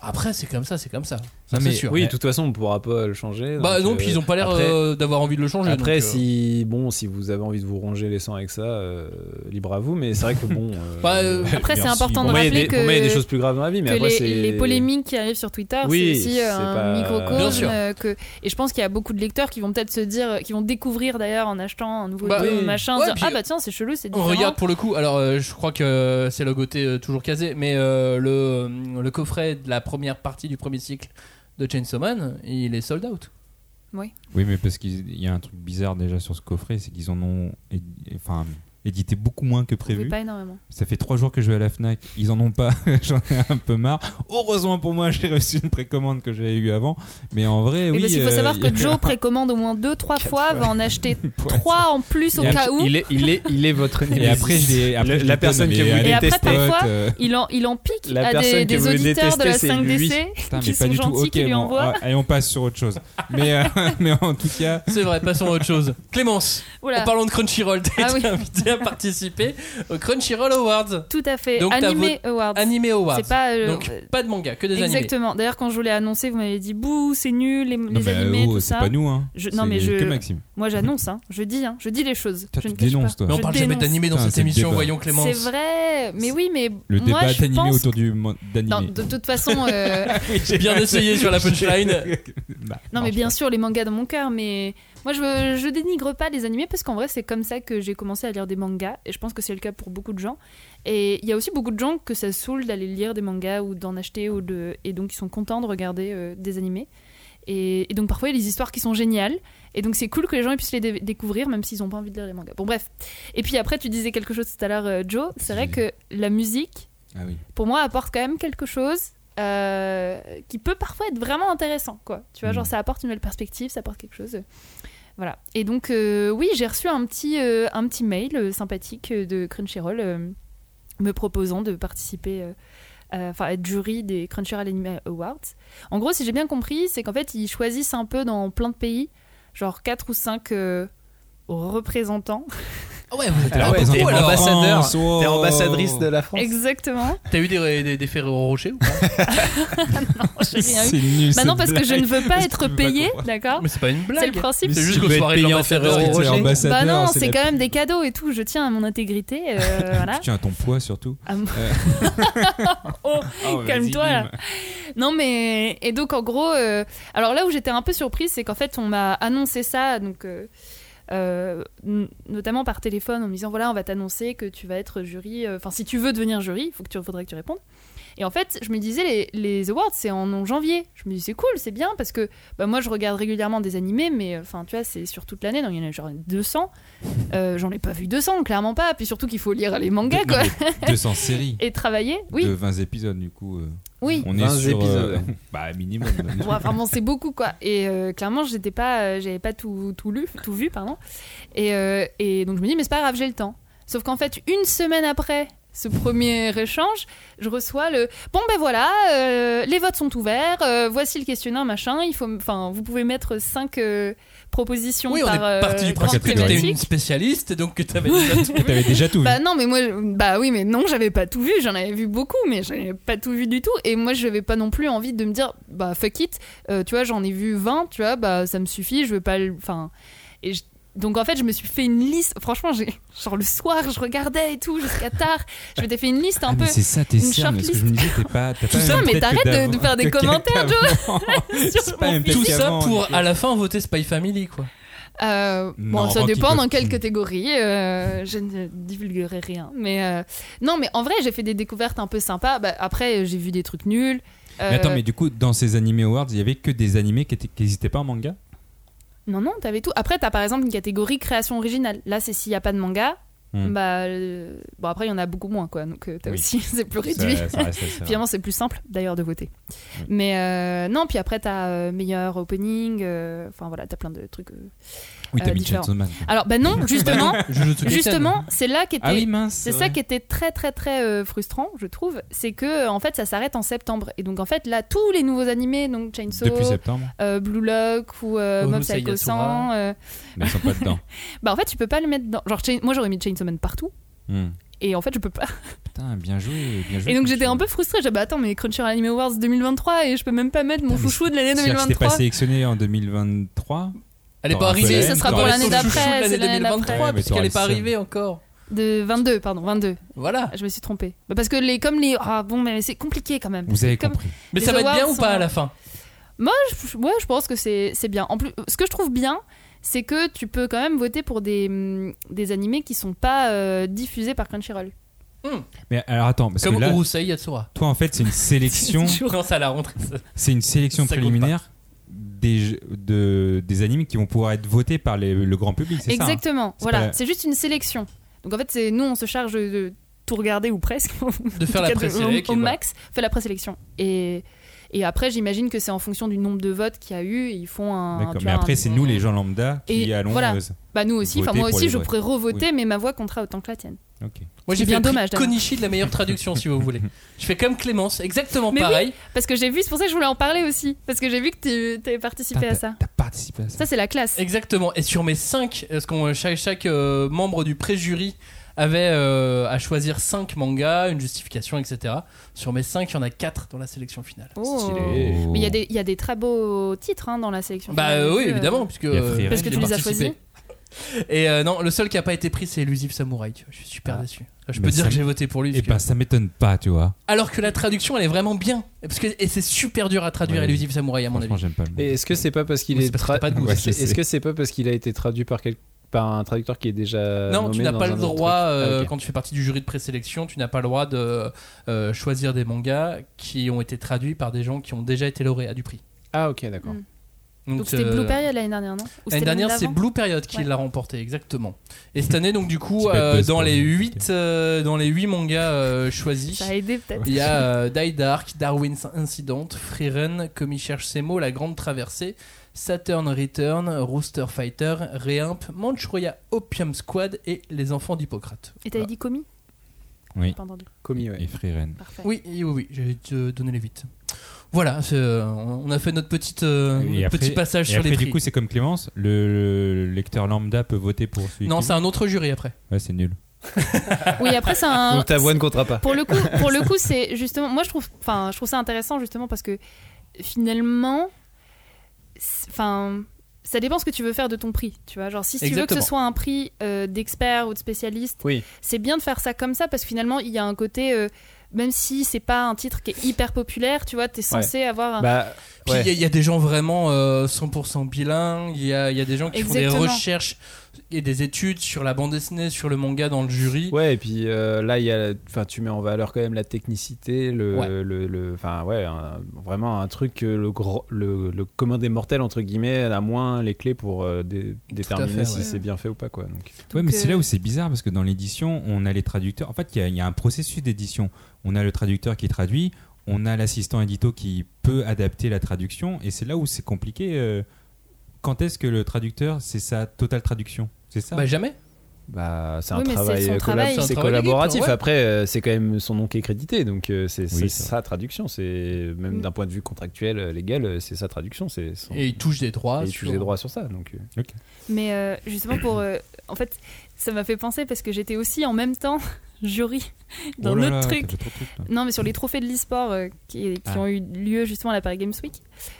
Après, c'est comme ça, c'est comme ça. ça
Non,
c'est
mais-
sûr.
Oui, de toute façon, on pourra pas le changer.
Bah
donc,
non,
euh,
puis ils ont pas l'air
après-
euh, d'avoir envie de le changer.
Après,
donc, euh,
si bon, si vous avez envie de vous ronger les sangs avec ça, euh, libre à vous. Mais c'est vrai que bon. euh,
Bah, euh,
Après, c'est
Merci.
important
pour
de
moi, il y a
rappeler
des- pour moi, il y a des
que
choses plus graves dans la vie. Mais
que
après,
les,
c'est
les polémiques qui arrivent sur Twitter,
Oui,
c'est aussi euh,
c'est
un
pas-
microcosme
Bien sûr.
euh, que et je pense qu'il y a beaucoup de lecteurs qui vont peut-être se dire, qui vont découvrir d'ailleurs en achetant un nouveau
Bah,
tome,
oui.
machin,
Ouais,
dire,
puis-
ah bah tiens c'est chelou, c'est
On
différent.
regarde pour le coup, alors euh, je crois que euh, c'est logoté euh, toujours casé, mais euh, le, euh, le coffret de la première partie du premier cycle de Chainsaw Man, il est sold out.
Oui, mais parce qu'il y a un truc bizarre déjà sur ce coffret, c'est qu'ils en ont édi- enfin, édité beaucoup moins que
Mais
prévu.
pas énormément.
Ça fait trois jours que je vais à la Fnac, ils en ont pas, j'en ai un peu marre. Heureusement pour moi, j'ai reçu une précommande que j'avais eue avant, mais en vrai,
Mais
oui.
parce qu'il Eh ben, faut
euh,
savoir
il y a-
que Joe précommande au moins deux trois fois, va en acheter
Ouais.
trois en plus au
Il y a-
cas où.
Il est, il est, il est votre.
Et
ennemi.
après, je l'ai- après,
La-
je
la
l'ai
personne
donné,
que
mais
vous
à
Et après,
l'époque,
parfois,
euh,
Il en, il en pique
La
à des,
personne
des
que vous
auditeurs de la
détestez, c'est
5DC
putain, mais
qui
pas
sont
du tout.
gentils,
Ok,
qui lui
bon,
envoient.
ah, allez, on passe sur autre chose. Mais, euh, mais en tout cas,
C'est vrai, passons à autre chose. Clémence,
Voilà,
en parlant de Crunchyroll, t'as
Ah
été
oui.
invitée à participer au Crunchyroll Awards,
tout à fait.
Donc, t'as
Anime Awards.
Anime Awards.
C'est pas euh,
Donc, pas de manga, que des animés.
Exactement. D'ailleurs, quand je voulais annoncer, vous m'avez dit bouh, c'est nul, les,
non,
les
mais,
animés,
oh,
tout
c'est
ça.
pas nous, hein.
Je- non,
C'est
mais je-
que Maxime.
Moi, j'annonce, hein. je dis, hein. je dis les choses.
Toi,
je
tu
ne cache
dénonces,
pas.
toi.
Mais on
Je
parle jamais
dénonce.
d'animé dans
Putain,
cette
c'est le
émission,
débat.
voyons Clémence.
C'est vrai, mais oui, mais
Le
moi,
débat
je
d'animé
pense.
autour du monde
Non,
d'animé.
de toute façon, euh,
Bien essayé sur la punchline.
Bah,
non, mais
marche
bien
pas.
sûr, les mangas dans mon cœur, mais moi, je, je dénigre pas les animés parce qu'en vrai, c'est comme ça que j'ai commencé à lire des mangas, et je pense que c'est le cas pour beaucoup de gens. Et il y a aussi beaucoup de gens que ça saoule d'aller lire des mangas ou d'en acheter, ou de... et donc ils sont contents de regarder euh, des animés. Et, et donc parfois il y a des histoires qui sont géniales. Et donc c'est cool que les gens ils puissent les dé- découvrir même s'ils n'ont pas envie de lire les mangas. Bon bref. Et puis après tu disais quelque chose tout à l'heure euh, Joe. C'est vrai que la musique
Ah oui.
pour moi apporte quand même quelque chose euh, qui peut parfois être vraiment intéressant quoi tu vois
Mm.
genre ça apporte une nouvelle perspective ça apporte quelque chose euh, voilà et donc euh, oui j'ai reçu un petit euh, un petit mail euh, sympathique euh, de Crunchyroll euh, me proposant de participer euh, à- enfin être jury des Crunchyroll Anime Awards en gros si j'ai bien compris c'est qu'en fait ils choisissent un peu dans plein de pays genre quatre ou cinq euh, représentants
Ah ouais, vous êtes
Ah
un
ouais,
peu
t'es
trop,
en
alors.
France. ambassadeur.
oh.
T'es ambassadrice de la France.
exactement
T'as eu des, des, des Ferrero Rocher ou pas
j'ai rien eu.
C'est nul.
Bah non,
cette
parce que je
blague.
ne veux pas
Parce que
être
tu veux pas
payée,
comprendre.
d'accord
Mais c'est pas une
C'est
blague.
le principe.
C'est juste
Tu
qu'aux
peux être
soirées de
payé en
l'ambassadeur,
Ferrero
T'es
Rocher.
Bah
ambassadeur.
non, c'est
la-
quand même des cadeaux et tout. Je tiens à mon intégrité. euh, voilà.
Tu as ton poids surtout.
À mon-
Euh.
Oh,
Ah ouais,
Calme-toi,
vas-y,
là.
Im.
non mais et donc en gros, euh, alors là où j'étais un peu surprise, c'est qu'en fait on m'a annoncé ça, donc euh, euh, n- notamment par téléphone en me disant voilà on va t'annoncer que tu vas être jury, euh, enfin si tu veux devenir jury, il faut que tu faudrait que tu répondes. Et en fait je me disais les, les awards c'est en en janvier, je me dis c'est cool, c'est bien parce que bah, moi je regarde régulièrement des animés, mais euh, enfin tu vois c'est sur toute l'année, donc il y en a genre 200, Euh, j'en ai pas vu 200 clairement pas, puis surtout qu'il faut lire les mangas
De-
quoi
non, mais 200 séries.
et travailler, oui,
De 20 épisodes, du coup. euh,
oui.
On
20
est sur. euh,
épisodes.
bah, minimum.
Ouais, enfin bon, c'est beaucoup quoi. Et euh, clairement, j'étais pas, euh, j'avais pas tout, tout lu, tout vu, pardon. Et, euh, et donc je me dis, mais c'est pas grave, j'ai le temps. Sauf qu'en fait, une semaine après ce premier échange, je reçois le bon ben voilà, euh, les votes sont ouverts, euh, voici le questionnaire machin. Il faut, enfin, vous pouvez mettre cinq euh, propositions
Oui, on
par
est
euh,
parti du
grande
principe que t'étais
thématique.
une spécialiste et donc que t'avais déjà tout.
T'avais déjà tout vu.
Bah non, mais moi, je- bah oui, mais non, j'avais pas tout vu. J'en avais vu beaucoup, mais j'en avais pas tout vu du tout. Et moi, je n'avais pas non plus envie de me dire, bah fuck it, euh, tu vois, j'en ai vu 20, tu vois, bah ça me suffit, je veux pas le. Enfin. Et je- Donc en fait, je me suis fait une liste. Franchement, j'ai genre le soir, je regardais et tout jusqu'à tard. Je m'étais fait une liste un
Ah,
peu.
mais c'est ça, t'es
une
cernes. Parce que je me disais, t'es pas. Tout
ça, mais t'arrêtes de- de faire des commentaires,
Joe.
Sur
C'est pas
mon
un
fils.
Tout ça
Impeccable.
pour à la fin voter Spy Family quoi.
Euh,
Non,
bon, ça
Rocky
dépend dans
Coffee.
quelle catégorie. euh, je ne divulguerai rien. Mais euh, non, mais en vrai, j'ai fait des découvertes un peu sympas. Bah, après, j'ai vu des trucs nuls.
Mais attends,
Euh,
mais du coup, dans ces animés awards, il y avait que des animés qui étaient- qui n'existaient pas en manga
Non, non, t'avais tout. Après, t'as par exemple une catégorie création originale. Là, c'est s'il n'y a pas de manga.
Hmm.
Bah, euh, Bon, après, il y en a beaucoup moins, quoi. Donc, euh, t'as
Oui.
aussi, c'est plus
Ça- Hmm.
réduit.
ça reste assez rare.
Finalement, c'est plus simple, d'ailleurs, de voter.
Oui.
Mais euh, non, puis après, t'as euh, meilleur opening. euh, Enfin, voilà, t'as plein de trucs. euh.
Oui,
euh,
t'as mis
différent.
Chainsaw Man.
Alors, bah non, justement,
Jujutsu Kaisen.
justement, c'est là qu'était.
Ah oui, mince.
C'est ça qui était très très très euh, frustrant, je trouve, c'est que euh, en fait ça s'arrête en septembre et donc en fait là tous les nouveaux animés donc Chainsaw,
Depuis septembre,
euh, Blue Lock ou euh,
Oh,
Mob
Saiyasura.
Psycho 100, euh,
mais ils sont pas dedans.
bah en fait tu peux pas le mettre dans genre Chain- moi j'aurais mis Chainsaw Man partout
Hmm.
et en fait je peux pas
Putain, bien joué, bien joué.
Et donc j'étais un peu frustrée. J'ai dit, bah attends, mais Crunchyroll Anime Awards 2023 et je peux même pas mettre mon
Putain, mais
chouchou de l'année
C'est-à-dire que c'était
2023.
pas sélectionné en 2023
Elle est pas
T'aurais
arrivée.
appelé, Si, ce sera
t'aurais
pour
appelé
l'année
son chouchou
d'après,
de
c'est
L'année
l'année
2023,
d'après.
Ouais, mais
puisqu'elle est pas
t'aurais le
arrivée encore.
De 22, pardon, 22.
Voilà.
Ah, Je me suis trompée. Bah, parce que les, comme les. Ah bon, mais c'est compliqué quand même.
Vous avez
Comme-
compris.
Mais
Les
ça va être bien
awards
ou pas à
sont-
la fin
Je- Ouais, je pense que c'est c'est bien. En plus, ce que je trouve bien, c'est que tu peux quand même voter pour des, hum, des animés qui sont pas euh, diffusés par Crunchyroll.
Mais alors attends, parce
Comme
que là,
Urusei Yatsura.
toi en fait, c'est une sélection,
Non, ça la rentrée. ça.
c'est une sélection
Ça compte
préliminaire des jeux- de des animés qui vont pouvoir être votés par les- le grand public, c'est ça hein
Exactement.
C'est pas la-
voilà, c'est juste une sélection. Donc en fait, c'est nous, on se charge de, de tout regarder ou presque.
De faire
En
la bah.
tout cas, de-
présélection,
Au, au
voilà.
max, faire la présélection. Et, et après, j'imagine que c'est en fonction du nombre de votes qu'il y a eu. et Ils font un.
D'accord.
tu
Mais
vois, un-
après, c'est nous les gens lambda qui
Et
allons.
voilà.
euh,
Bah nous aussi, enfin
voter
moi
pour
aussi,
les
je
votes.
pourrais revoter, mais ma voix comptera autant que la tienne.
ok.
Moi j'ai fait
bien
le prix
dommage, d'ailleurs.
Konishi de la meilleure traduction si vous voulez. Je fais comme Clémence, exactement
Mais oui.
pareil.
Parce que j'ai vu, c'est pour ça que je voulais en parler aussi. Parce que j'ai vu que tu avais participé à
Putain,
ça.
T'as participé à ça.
Ça, c'est la classe.
Exactement. Et sur mes 5, parce qu'on chaque, chaque, euh, membre du pré-jury avait euh, à choisir 5 mangas, une justification, etc. Sur mes 5, il y en a 4 dans la sélection finale.
Oh.
Stylé.
Mais il y, a des- il y a des très beaux titres hein, dans la sélection.
Bah
finale,
euh, oui,
euh,
évidemment, puisque
y a Free
euh,
Parce que
j'ai
tu les as
participé.
choisis.
Et euh, non, le seul qui a pas été pris, c'est Elusive Samurai. Tu vois. Je suis super
Ah.
déçu. Je
Mais
peux dire
ça-
que j'ai voté pour lui.
Et
parce que-
ben ça m'étonne pas, tu vois.
Alors que la traduction, elle est vraiment bien. Parce que et c'est super dur à traduire
Ouais.
Elusive Samurai à mon
Franchement,
avis.
j'aime pas le mot.
Et est-ce que c'est pas parce qu'il
Mais
est,
c'est parce que
tra-
t'as pas de goût,
Ouais,
ça, je
est-ce
sais.
que c'est pas parce qu'il a été traduit par quel- par un traducteur qui est déjà
Non,
Euh, nommé
tu n'as
dans
pas
un
le
autre
droit,
truc
euh,
Ah, ok.
quand tu fais partie du jury de présélection, tu n'as pas le droit de euh, choisir des mangas qui ont été traduits par des gens qui ont déjà été lauréats du prix.
Ah ok
Mm.
d'accord.
Donc c'était
euh,
Blue Period l'année dernière, non Ou c'était
L'année dernière, c'est
d'avant
Blue Period qui
Ouais.
l'a remporté, exactement. Et cette année, donc du coup,
Ça peut être
euh,
buzz
dans,
pour
les
lui,
8, dans les 8 mangas euh, choisis,
Ça a aidé peut-être.
il y a euh, Die Dark, Darwin's Incident, Freerun, Comme il cherche ses mots, La Grande Traversée, Saturn Return, Rooster Fighter, Reimp, Manchuria Opium Squad et Les Enfants d'Hippocrate.
Et t'avais dit commis
Oui.
Pas entendu.
Commis ouais.
Et Free Ren.
Parfait.
Oui, oui, oui, j'ai te donné les 8. Voilà, c'est, euh, on a fait notre petite, euh,
Et après-
petit passage
Et
sur
après,
les
du
prix.
coup, c'est comme Clémence, le, le lecteur lambda peut voter pour celui
non,
qui-
c'est un autre jury après.
Ouais, c'est nul.
Oui, après c'est
Ah.
un.
Donc ta voix ne comptera pas.
Pour le coup, pour le coup, c'est justement. Moi, je trouve. Enfin, je trouve ça intéressant justement parce que finalement, c'est- enfin, ça dépend ce que tu veux faire de ton prix. Tu vois, genre si tu veux que
Exactement.
ce soit un prix euh, d'expert ou de spécialiste,
Oui.
c'est bien de faire ça comme ça parce que finalement, il y a un côté. euh, même si c'est pas un titre qui est hyper populaire, tu vois, t'es censé
Ah.
avoir un.
Bah
Puis il
ouais.
y a- il y, a des gens vraiment euh, 100% bilingues, il y a, il y a des gens qui font des
Exactement.
recherches et des études sur la bande dessinée, sur le manga dans le jury.
Ouais, et puis euh, là, il y a, enfin, tu mets en valeur quand même la technicité, le,
Ouais.
le, le- enfin, ouais, un- vraiment un truc que le, gros- le, le commun des mortels entre guillemets a moins les clés pour euh, dé- déterminer
fait,
si
ouais.
c'est bien fait ou pas, quoi. Donc,
ouais,
Donc,
mais c'est
euh,
là où c'est bizarre parce que dans l'édition, on a les traducteurs. En fait, il y a- il y, a un processus d'édition. On a le traducteur qui traduit, on a l'assistant édito qui peut adapter la traduction, et c'est là où c'est compliqué. euh, Quand est-ce que le traducteur, c'est sa totale traduction C'est ça
Bah jamais.
bah, c'est un
Oui, mais c'est
travail,
son
collab-
travail.
c'est
C'est un travail
collaboratif.
d'équipe, ouais.
Après, euh, c'est quand même son nom qui est crédité, donc euh, c'est c'est
c'est
sa traduction. C'est même
Mm.
d'un point de vue contractuel, euh, légal, euh, c'est sa traduction. C'est son-
Et il touche des droits.
et il
sur-
touche des droits sur ça, donc. euh.
Mais euh, justement, pour. euh, en fait, ça m'a fait penser parce que j'étais aussi en même temps jury d'un
Oh là
autre
là,
truc.
t'as fait trop de trucs, là.
Non, mais sur les trophées de l'e-sport euh, qui, qui
Ah.
ont eu lieu justement à la Paris Games Week,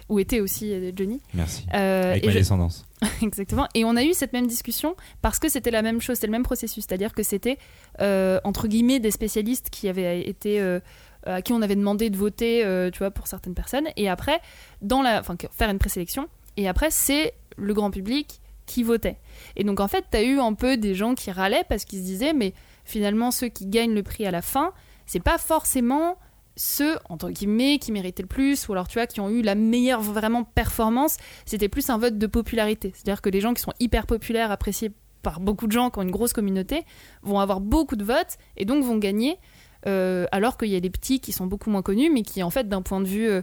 où était aussi euh, Johnny.
Merci.
Euh,
Avec
et
ma
je-
descendance.
Exactement. Et on a eu cette même discussion parce que c'était la même chose, c'était le même processus. C'est-à-dire que c'était, euh, entre guillemets, des spécialistes qui avaient été. euh, à qui on avait demandé de voter, euh, tu vois, pour certaines personnes. Et après, dans la, enfin, que- faire une présélection. Et après, c'est le grand public qui votait. Et donc, en fait, t'as eu un peu des gens qui râlaient parce qu'ils se disaient, mais finalement, ceux qui gagnent le prix à la fin, c'est pas forcément ceux, entre guillemets, qui méritaient le plus, ou alors, tu vois, qui ont eu la meilleure vraiment performance c'était plus un vote de popularité. C'est-à-dire que les gens qui sont hyper populaires, appréciés par beaucoup de gens, qui ont une grosse communauté, vont avoir beaucoup de votes et donc vont gagner, euh, alors qu'il y a des petits qui sont beaucoup moins connus, mais qui, en fait, d'un point de vue, euh,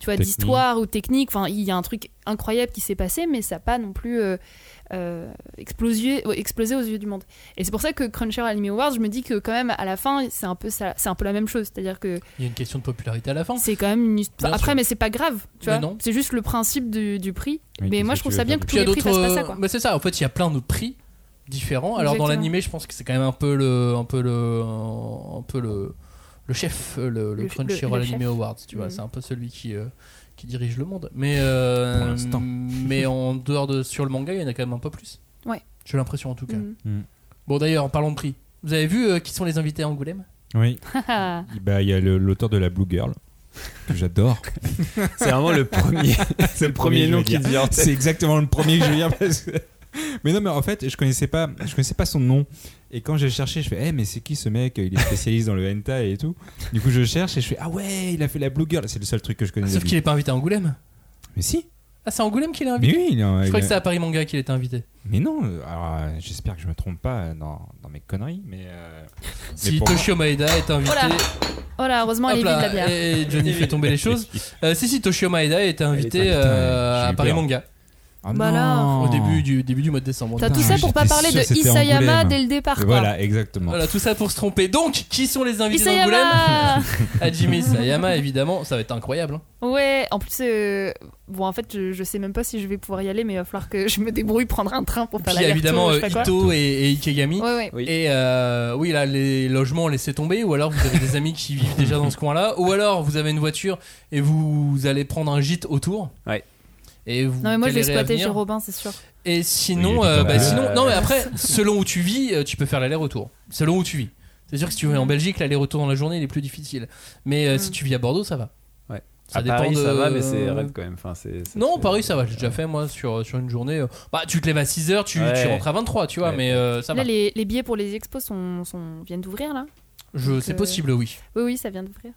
tu vois,
Technique.
d'histoire ou technique, enfin, il y a un truc incroyable qui s'est passé, mais ça n'a pas non plus euh, euh, explosé, ouais, explosé aux yeux du monde. Et c'est pour ça que Crunchyroll Anime Awards, je me dis que quand même, à la fin, c'est un peu ça, c'est un peu la même chose. C'est-à-dire que
Il y a une question de popularité à la fin.
c'est quand même une...
Bien
Après,
sûr.
mais c'est pas grave, tu
Mais
vois.
non.
C'est juste le principe du, du prix.
Oui,
mais
qu'est-ce
moi,
que
je trouve
tu
ça
veux
bien
faire
que
du
Puis
tous
il y
les
a
prix fassent
d'autres.
pas ça, quoi.
euh, bah, c'est ça. En fait, il y a plein de prix différents. Alors dans
Exactement.
l'animé, je pense que c'est quand même un peu le, un peu le, un peu peu le, le chef, euh, le, le
Le-
Crunchyroll
le- le
Anime
chef.
Awards, tu vois,
Mhm.
c'est un peu celui qui, euh, qui dirige le monde. Mais, euh,
Pour l'instant.
mais en dehors de sur le manga, il y en a quand même un peu plus.
Ouais.
J'ai l'impression en tout cas.
Mhm.
Bon d'ailleurs, en parlant de prix, vous avez vu euh, qui sont les invités à Angoulême
Oui.
Ah,
Bah, il y a le- l'auteur de la Blue Girl que j'adore.
C'est vraiment le premier,
C'est
le premier nom qui te vient. en tête.
C'est exactement le premier que je veux dire parce que- Mais non, mais en fait, je connaissais pas, je connaissais pas son nom. Et quand j'ai cherché, je fais, eh, mais c'est qui ce mec Il est spécialiste dans le hentai et tout. Du coup, je cherche et je fais, ah ouais, il a fait la Blue Girl. C'est le seul truc que je connais.
Sauf
de lui.
qu'il est pas invité à Angoulême.
Mais si.
Ah, c'est à Angoulême qu'il est invité
Mais oui, il est en-
Je crois
il
que
est-
c'est à Paris Manga qu'il était invité.
Mais non. Alors, euh, j'espère que je me trompe pas euh, dans, dans mes conneries. Mais euh,
Si
pour-
Toshio Maeda est invité.
Voilà. Voilà, Oh heureusement, elle est
Hop
vide
là,
la bière.
et Johnny fait tomber les choses. Euh, si, si, Toshio Maeda est invité
putain,
euh,
j'ai
à
eu
Paris
peur.
Manga
ah
Bah
non.
au début du, début du mois de décembre.
T'as
Putain,
tout ça pour pas
Ah, j'étais
parler
sûr
de
que c'était
Isayama
Angoulême.
dès le départ, quoi.
Voilà, exactement.
Voilà, tout ça pour se tromper. Donc, qui sont les invités d'Angoulême
Isayama
Hajime Sayama, évidemment, ça va être incroyable. hein.
Ouais, en plus, euh, bon, en fait, je, je sais même pas si je vais pouvoir y aller, mais il va falloir que je me débrouille, prendre un train pour faire
Puis,
la
évidemment, euh, Ito et, et Ikegami.
Ouais, ouais.
Et euh, oui, là, les logements, laissez tomber. Ou alors, vous avez des amis qui vivent déjà dans ce coin-là. Ou alors, vous avez une voiture et vous allez prendre un gîte autour.
Ouais.
Et vous
Non, mais moi, je vais
galérez à
squatter
venir.
chez Robin, c'est sûr.
Et sinon,
Oui,
euh, bah,
euh,
sinon, non mais après, selon où tu vis, euh, tu peux faire l'aller-retour. Selon où tu vis. C'est sûr que si tu vis en Belgique, l'aller-retour dans la journée, il est plus difficile. Mais euh,
Mm.
si tu vis à Bordeaux, ça va.
Ouais.
Ça
à
dépend
Paris,
de-
ça va, mais c'est raide quand même. Enfin, c'est- c'est-
Non,
c'est-
Paris, ça va. J'ai déjà fait, moi, sur, sur une journée. euh, Bah, tu te lèves à 6h, tu,
Ouais.
tu rentres à 23, tu vois,
Ouais.
mais euh, ça va.
Là, les, les billets pour les expos sont, sont- viennent d'ouvrir, là
Je,
donc,
c'est
euh,
possible, oui.
Oui, oui, ça vient d'ouvrir.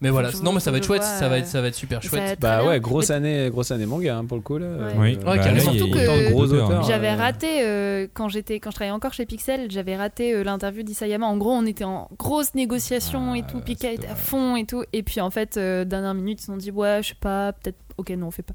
Mais voilà.
je
Non, mais ça va
je
être chouette.
vois,
Ça va
euh,
être, ça va être super
Ça
chouette.
va être
Bah
très
ouais,
bien.
grosse année, grosse année manga hein, pour le coup là.
Ouais.
Oui,
Euh,
Bah,
Ouais, carrément.
là, il y a-
Surtout
il y a
que-
tant de gros
J'avais
auteurs.
J'avais
Euh,
raté euh, quand j'étais quand je travaillais encore chez Pixel, j'avais raté euh, l'interview d'Isayama. En gros, on était en grosse négociation
Ah,
et tout,
ouais,
Pika
c'est
était à
dommage.
fond et tout. Et puis en fait, euh, dernière minute, ils se sont dit ouais, je sais pas, peut-être. Ok, non, on fait pas.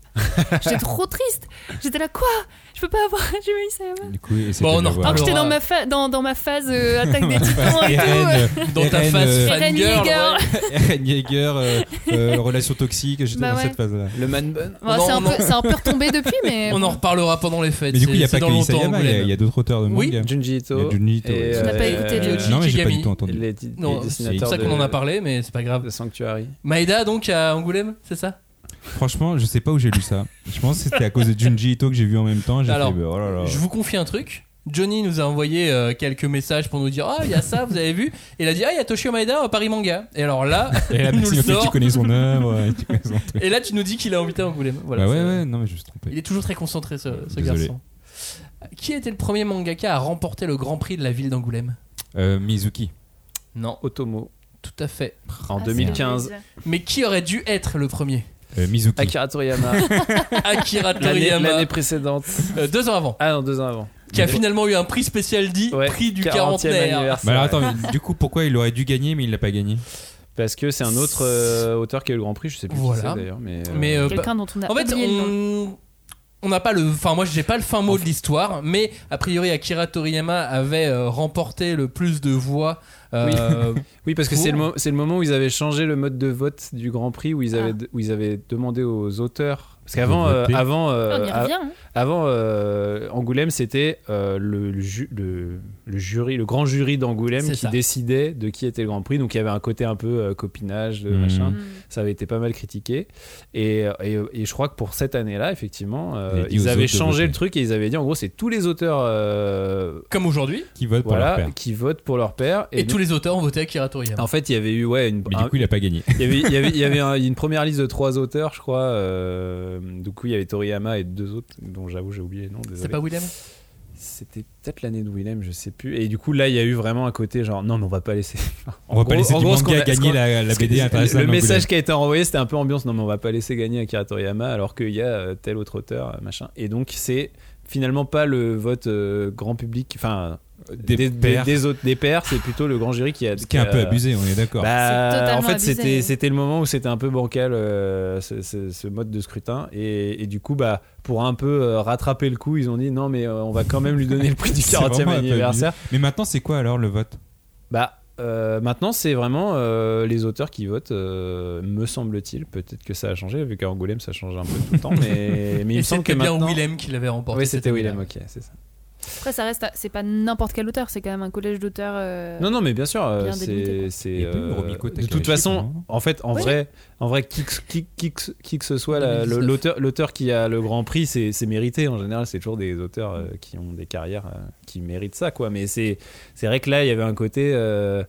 J'étais trop triste. J'étais là quoi Je peux pas avoir J'ai vu Isayama.
Du coup, et c'était
Bon, on
de
en
le voir.
Alors que j'étais
Laura.
dans ma fa- dans, dans ma phase euh, attaque des titans et tout.
Eren,
Dans ta
Eren,
phase
euh,
fan
Eren
girl.
Yeager.
ouais.
Eren Yeager, euh, euh, relation toxique, j'étais
Bah
dans
ouais.
cette phase-là.
Le man bun.
Bon,
Non,
c'est un
non.
peu c'est un peu retombé depuis, mais
On en
bon.
reparlera pendant les fêtes.
Mais du coup, il n'y a
c'est-
pas
c'est
que
dans longtemps,
Isayama, il y a- il y a d'autres auteurs de
Oui.
manga.
Junji
Il y a
Ito.
Junji Ito,
Et,
oui.
Tu n'as pas
euh,
écouté
Junji
Non, mais j'ai pas
Kigami.
du tout entendu.
Les, di-
Non,
les
c'est
dessinateurs
pour ça qu'on
de-
en a parlé, mais c'est pas grave.
de Sanctuary.
Maeda donc à Angoulême, c'est ça
Franchement, je sais pas où j'ai lu ça. Je pense que c'était à cause de Junji Ito que j'ai vu en même temps. J'ai
Alors,
fait, bah, oh là là.
Je vous confie un truc. Johnny nous a envoyé euh, quelques messages pour nous dire Ah, il y a ça, vous avez vu Et il a dit Ah, il y a Toshio Maeda à Paris Manga. Et alors là,
Et la
il nous le
petite, ok, tu
sort.
connais son œuvre, ouais, tu connais son truc.
Et là, tu nous dis qu'il a invité à Angoulême. Voilà,
bah ouais,
c'est-
ouais, non, mais je me suis trompé.
Il est toujours très concentré, ce, ce
Désolé.
garçon. Qui était le premier mangaka à remporter le Grand Prix de la ville d'Angoulême
Euh, Mizuki.
Non,
Otomo.
tout à fait.
En
Ah, c'est
2015.
dommage.
Mais qui aurait dû être le premier
Euh, Mizuki.
Akira Toriyama.
Akira
l'année
Toriyama,
l'année précédente.
euh, deux ans avant,
Ah non, deux ans avant.
qui a finalement eu un prix spécial dit
Ouais,
prix du
40e
quarantenaire.
anniversaire.
Bah alors attends, mais du coup, pourquoi il aurait dû gagner, mais il l'a pas gagné
Parce que c'est un autre euh, auteur qui a eu le Grand Prix, je sais plus
Voilà.
qui c'est d'ailleurs, mais. euh,
Mais euh,
Quelqu'un dont on a
En fait,
oublié le nom.
on on n'a pas le. Enfin, moi, j'ai pas le fin mot de l'histoire, mais a priori, Akira Toriyama avait euh, remporté le plus de voix. euh,
Oui, parce que
Pour-
c'est le, mo- c'est le moment où ils avaient changé le mode de vote du Grand Prix, où ils
Ah.
avaient, où ils avaient demandé aux auteurs. Parce qu'avant,
De
euh,
voter.
avant, euh,
on y
a-
revient. hein.
avant euh, Angoulême, c'était euh, le, le ju- le- le jury, le grand jury d'Angoulême
C'est
qui
ça.
décidait de qui était le Grand Prix. Donc il y avait un côté un peu euh, copinage, de
Mhm.
Mmh.
machin.
Mm.
Ça avait été pas mal critiqué. Et, et- et je crois que pour cette année-là, effectivement, euh,
Il a dit aux
ils avaient
autres de
changé
voter.
le truc et ils avaient dit en gros, c'est tous les auteurs euh,
comme aujourd'hui.
Qui vote pour leur
voilà,
père.
qui votent pour leur père.
Et,
donc-
tous les auteurs ont voté Akira Toriyama.
en fait, il y avait eu ouais, une,
Mais
un-
du coup, il a pas gagné.
il y avait, il y avait, il y avait un- une première liste de trois auteurs, je crois. euh, du coup, il y avait Toriyama et deux autres, dont j'avoue, j'ai oublié le nom. désolé.
C'est pas Willem
C'était peut-être l'année de Willem, je sais plus. Et du coup, là, il y a eu vraiment un côté genre, non, mais on va pas laisser.
On va pas laisser du
ce qu'on
manga
a- ce
gagner
qu'on-
la, la
ce que-
BD internationale.
Le
d'Angoulême.
message qui a été envoyé, c'était un peu ambiance, non, mais on va pas laisser gagner Akira Toriyama alors qu'il y a euh, tel autre auteur, euh, machin. Et donc, c'est finalement pas le vote euh, grand public, enfin,
Des
des,
pairs.
des autres- des pairs, c'est plutôt le grand jury qui a.
Ce qui est un peu
euh,
abusé, on est d'accord.
bah,
C'est totalement
en fait,
abusé.
c'était c'était le moment où c'était un peu bancal euh, ce, ce- ce mode de scrutin et, et du coup bah pour un peu euh, rattraper le coup, ils ont dit non mais euh, on va quand même lui donner le prix du
C'est
40e
vraiment un peu
anniversaire.
Mais maintenant, c'est quoi alors le vote
Bah euh, maintenant c'est vraiment euh, les auteurs qui votent, euh, me semble-t-il. Peut-être que ça a changé vu qu'à Angoulême ça change un peu tout le temps, mais, mais
Et
il me semble que
c'était bien
maintenant.
Willem qui l'avait remporté.
Oui,
cette
c'était Willem,
année-là.
ok, c'est ça.
Après, ça reste, à- c'est pas n'importe quel auteur, c'est quand même un collège d'auteurs. euh,
Non, non, mais bien sûr, euh,
bien délimité,
c'est.
quoi.
c'est,
Il y a plus
euh,
Robico,
de
Takahashi,
toute façon,
finalement.
en fait, en
Oui.
vrai, en vrai, qui que, qui, qui que- qui que ce soit, la- le-
2019.
l'auteur, l'auteur qui a le Grand Prix, c'est c'est mérité. En général, c'est toujours des auteurs euh, qui ont des carrières euh, qui méritent ça, quoi. Mais c'est c'est vrai que là, il y avait un côté. euh,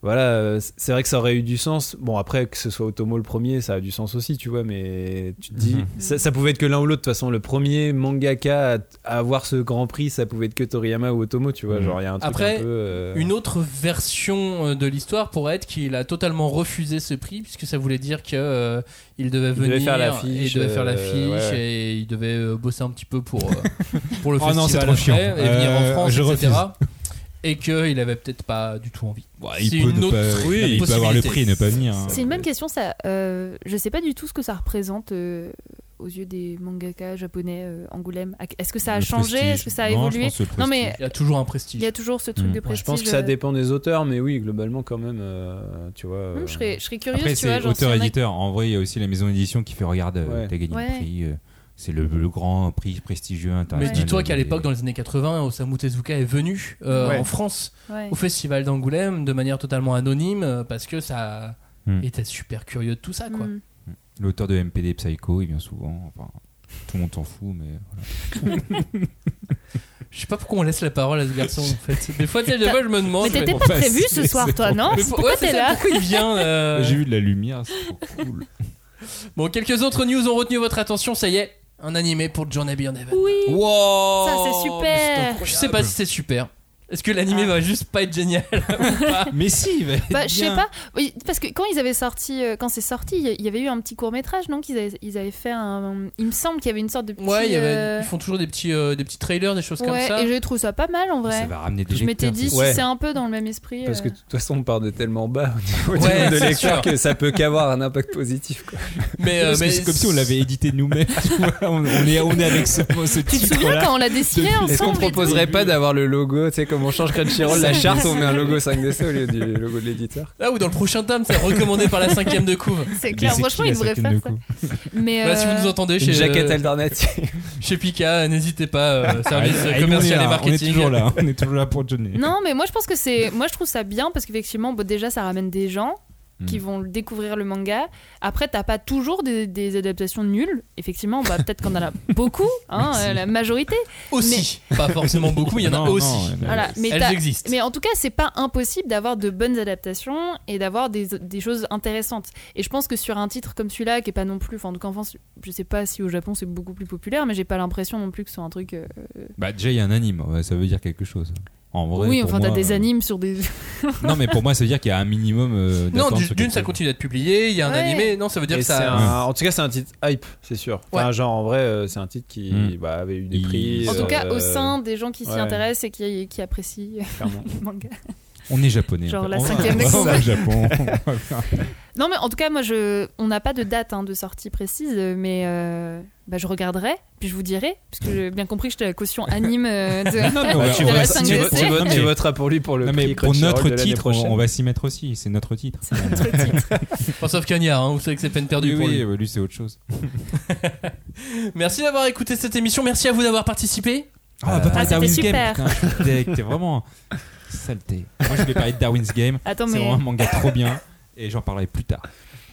voilà, euh, c'est vrai que ça aurait eu du sens. Bon, après, que ce soit Otomo le premier, ça a du sens aussi, tu vois, mais tu te dis,
Mhm.
ça, ça pouvait être que l'un ou l'autre. De toute façon, le premier mangaka à, à avoir ce grand prix, ça pouvait être que Toriyama ou Otomo, tu vois.
Mhm.
Genre, il y a un truc
Après,
un peu. euh,
Une autre version euh, de l'histoire pourrait être qu'il a totalement refusé ce prix puisque ça voulait dire que euh, il devait
devait
venir,
faire
et il
l'affiche,
devait faire
euh,
l'affiche
ouais, ouais.
et il devait euh, bosser un petit peu pour euh, pour le
Oh non, c'est
festival
trop
après
chiant.
et venir en
Euh,
France,
je
etc.
refuse.
Et qu'il avait peut-être pas du tout envie.
Ah, il
C'est
peut,
une
ne
autre
pas-
oui,
il peut avoir le
possibilité.
prix et ne pas venir. hein.
C'est une bonne question, ça. Euh, je sais pas du tout ce que ça représente euh, aux yeux des mangaka japonais euh, Angoulême. A- Est-ce que ça a
Le
changé
prestige.
Est-ce que ça a
Non, je
évolué
pense que le
Non, mais
Il y a toujours un prestige.
il y a toujours ce truc
Mm.
de
Ouais,
prestige.
je pense que ça
euh,
dépend des auteurs, mais oui, globalement, quand même, euh, tu vois.
non,
euh,
Hum, hmm, je, serais, je serais curieuse,
Après,
tu vois.
c'est
genre, s'il y en a-
auteur-éditeur. En vrai, il y a aussi la maison d'édition qui fait regarde, euh,
Ouais.
t'as gagné
Ouais.
le prix. euh, C'est le, le grand prix prestigieux
Mais
international.
dis-toi qu'à
des-
l'époque, dans les années 80, Osamu Tezuka est venu euh,
Ouais.
en France
Ouais.
au Festival d'Angoulême de manière totalement anonyme euh, parce que ça
Hmm.
était super curieux de tout ça, quoi.
Mm.
L'auteur de MPD Psycho, il vient souvent. Enfin, tout le monde s'en fout, mais.
Je sais pas pourquoi on laisse la parole à ce garçon, en fait. Des fois, tu sais, des fois, je me demande.
Mais
mais-
t'étais
pour
pas
passer,
prévu ce soir,
c'est
toi,
pour
non
Mais pour-
Pourquoi
ouais, c'est
t'es
ça,
là
Pourquoi il vient euh,
J'ai vu de la lumière, c'est trop cool.
Bon, quelques autres news ont retenu votre attention, ça y est. Un animé pour John Abbey en Evan.
Oui
Wow
Ça, c'est super.
Oh, Mais c'est incroyable. Je sais pas si c'est super. Est-ce que l'animé
Ah.
va juste pas être génial
mais si, il va être
bah, je sais
bien.
pas, Oui, parce que quand ils avaient sorti, euh, quand c'est sorti, il y a- il y avait eu un petit court métrage, non Qu'ils avaient, ils avaient fait un. Il me semble qu'il y avait une sorte de petit.
Ouais, il y avait-
euh,
ils font toujours des petits, euh, des petits trailers, des choses comme
ouais,
ça.
et je trouve ça pas mal en
Ça
vrai.
va ramener des
Je m'étais
lecteurs,
dit,
c'est-
si
Ouais.
c'est un peu dans le même esprit.
Parce
euh,
que de toute façon, on part de tellement bas au niveau
Ouais,
du nombre de
c'est sûr.
lecteurs que ça peut qu'avoir un impact positif. quoi.
Mais, euh,
Parce que
mais
c'est comme si on l'avait édité nous-mêmes. tu vois, on, on est, on est avec ce, ce
Tu te souviens
titre-là.
quand on l'a dessiné ensemble
Est-ce qu'on
et tout
proposerait pas d'avoir le logo, tu sais, comme on change Crunchyroll, la charte, on met un logo 5DC au lieu du logo de l'éditeur
Ah ou dans le prochain tome, c'est recommandé par la cinquième de couve.
C'est
Mais
clair,
c'est
franchement,
qui,
il
la
devrait
cinquième
faire
de
ça.
coup
Mais
Bah, si
euh,
vous nous entendez
Une
chez,
jaquette
euh,
alternative.
chez Pika, n'hésitez pas, euh, service
Ah, et nous, on est
commercial
là,
et
On est
marketing.
toujours là, on est toujours là pour Johnny.
Non, mais moi je pense que c'est. Moi je trouve ça bien parce qu'effectivement, bah, déjà ça ramène des gens qui
Hmm.
Mm.
vont découvrir le manga. Après, t'as pas toujours des, des adaptations nulles. Effectivement, bah, peut-être qu'on en a beaucoup, hein,
Merci.
euh, la majorité.
Aussi, pas forcément beaucoup, il y en a
Non, non,
aussi.
il y en a
Voilà. Mais,
Elles
t'as-
existent.
mais en tout cas, c'est pas impossible d'avoir de bonnes adaptations et d'avoir des, des choses intéressantes. Et je pense que sur un titre comme celui-là, qui est pas non plus. Enfin, en tout cas en France, je sais pas si au Japon c'est beaucoup plus populaire, mais j'ai pas l'impression non plus que ce soit un truc. euh,
Bah déjà il y a un anime, ouais, ça veut dire quelque chose. En vrai.
oui,
pour
enfin,
moi,
t'as des
euh,
animes sur des.
Non mais pour moi ça veut dire qu'il y a un minimum. euh,
Non,
d'attente
du-
sur
d'une,
quelque
ça
chose.
continue d'être publié, il y a un
Ouais.
animé, non, ça veut dire
Et
que
c'est
ça.
un- en tout cas, c'est un titre hype, c'est sûr. Enfin,
Ouais.
genre, en vrai, euh, c'est un titre qui
Mm.
bah, avait eu des
Il-
prix.
En tout
euh,
cas, au sein des gens qui s'y
ouais.
intéressent et qui, qui apprécient
clairement.
le manga.
On est japonais.
Genre
en fait.
la
On va-
cinquième
on va
découverte.
au Japon. On va faire-
Non, mais en tout cas, moi, je... on n'a pas de date hein, de sortie précise, mais euh, bah, je regarderai, puis je vous dirai, parce que j'ai bien compris que j'étais la caution anime euh, de.
Non, mais
de
on va-
la
tu vas-
5
tu,
DC.
votes- tu votes-
Non,
tu
mais-
voteras pour lui pour le
Non
prix
mais pour
Crunchyroll
notre
de l'année
titre, on,
prochaine.
on va s'y mettre aussi. C'est notre titre.
C'est notre titre.
Enfin, sauf Cagnard, hein, vous savez que c'est peine perdue
Ah, oui,
pour
oui,
lui.
ouais, lui c'est autre chose.
Merci d'avoir écouté cette émission, merci à vous d'avoir participé.
Ah, on va pas parler de
c'était
Darwin's Game.
super.
Putain, je suis deg, T'es vraiment saleté. Moi je vais parler de Darwin's Game.
Attends,
C'est
mais.
vraiment un manga trop bien. Et j'en parlerai plus tard.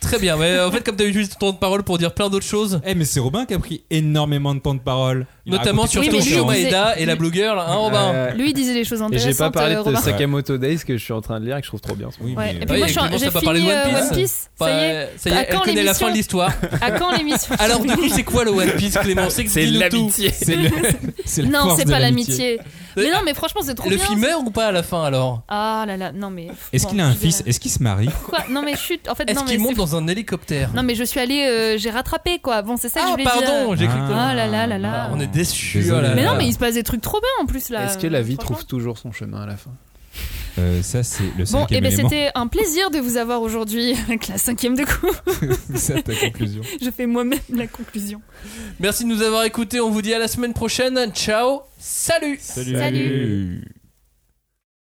Très bien, mais euh, en fait, comme d'habitude, ton temps de parole pour dire plein d'autres choses.
Eh mais c'est Robin qui a pris énormément de temps de parole. Il a
Notamment
raconté
sur
Oui, mais lui,
Toshio
on disait-
Maeda et la blogueur, hein, Robin
Ouais.
Lui, il disait des choses
Et
intéressantes.
j'ai pas parlé
euh,
de
Robin.
Sakamoto Days que je suis en train de lire et que je trouve trop bien.
Oui,
Ouais.
mais-
Et puis
Ouais,
moi,
et
je suis en-
Clémence,
j'ai
t'as pas
fini
parlé de One
euh,
Piece
One Piece.
Enfin,
Ça y est.
euh, ça y
À
est, elle
quand
connaît la fin
l'émission
de l'histoire.
À quand l'émission
Alors du coup, c'est quoi le One Piece, Clémence Explique-nous tout.
C'est le- c'est la
Non,
force
c'est
de
pas l'amitié. Mais non, mais franchement, c'est trop
Le
bien.
film meurt ou pas à la fin alors
Ah là là, non mais.
Est-ce
bon,
qu'il a un
je dirais.
fils Est-ce qu'il se marie
Quoi Non mais chut. En fait,
Est-ce
non mais.
qu'il monte
c'est-
dans un hélicoptère
Non mais je suis allée, euh, j'ai rattrapé quoi. Bon, c'est ça que je
Ah
voulais dire.
pardon, j'ai cru que
Ah là là là là.
Ah, on est déçus.
Désolé.
oh là
Mais
là.
non, mais il se passe des trucs trop bien en plus là. euh,
Est-ce que la vie
Franchement.
trouve toujours son chemin à la fin
Euh, Ça, c'est le
Bon, et
cinquième
ben
élément.
c'était un plaisir de vous avoir aujourd'hui avec la cinquième de coup.
C'est ça ta conclusion.
Je fais moi-même la conclusion.
Merci de nous avoir écoutés. On vous dit à la semaine prochaine. Ciao. Salut.
Salut.
Salut.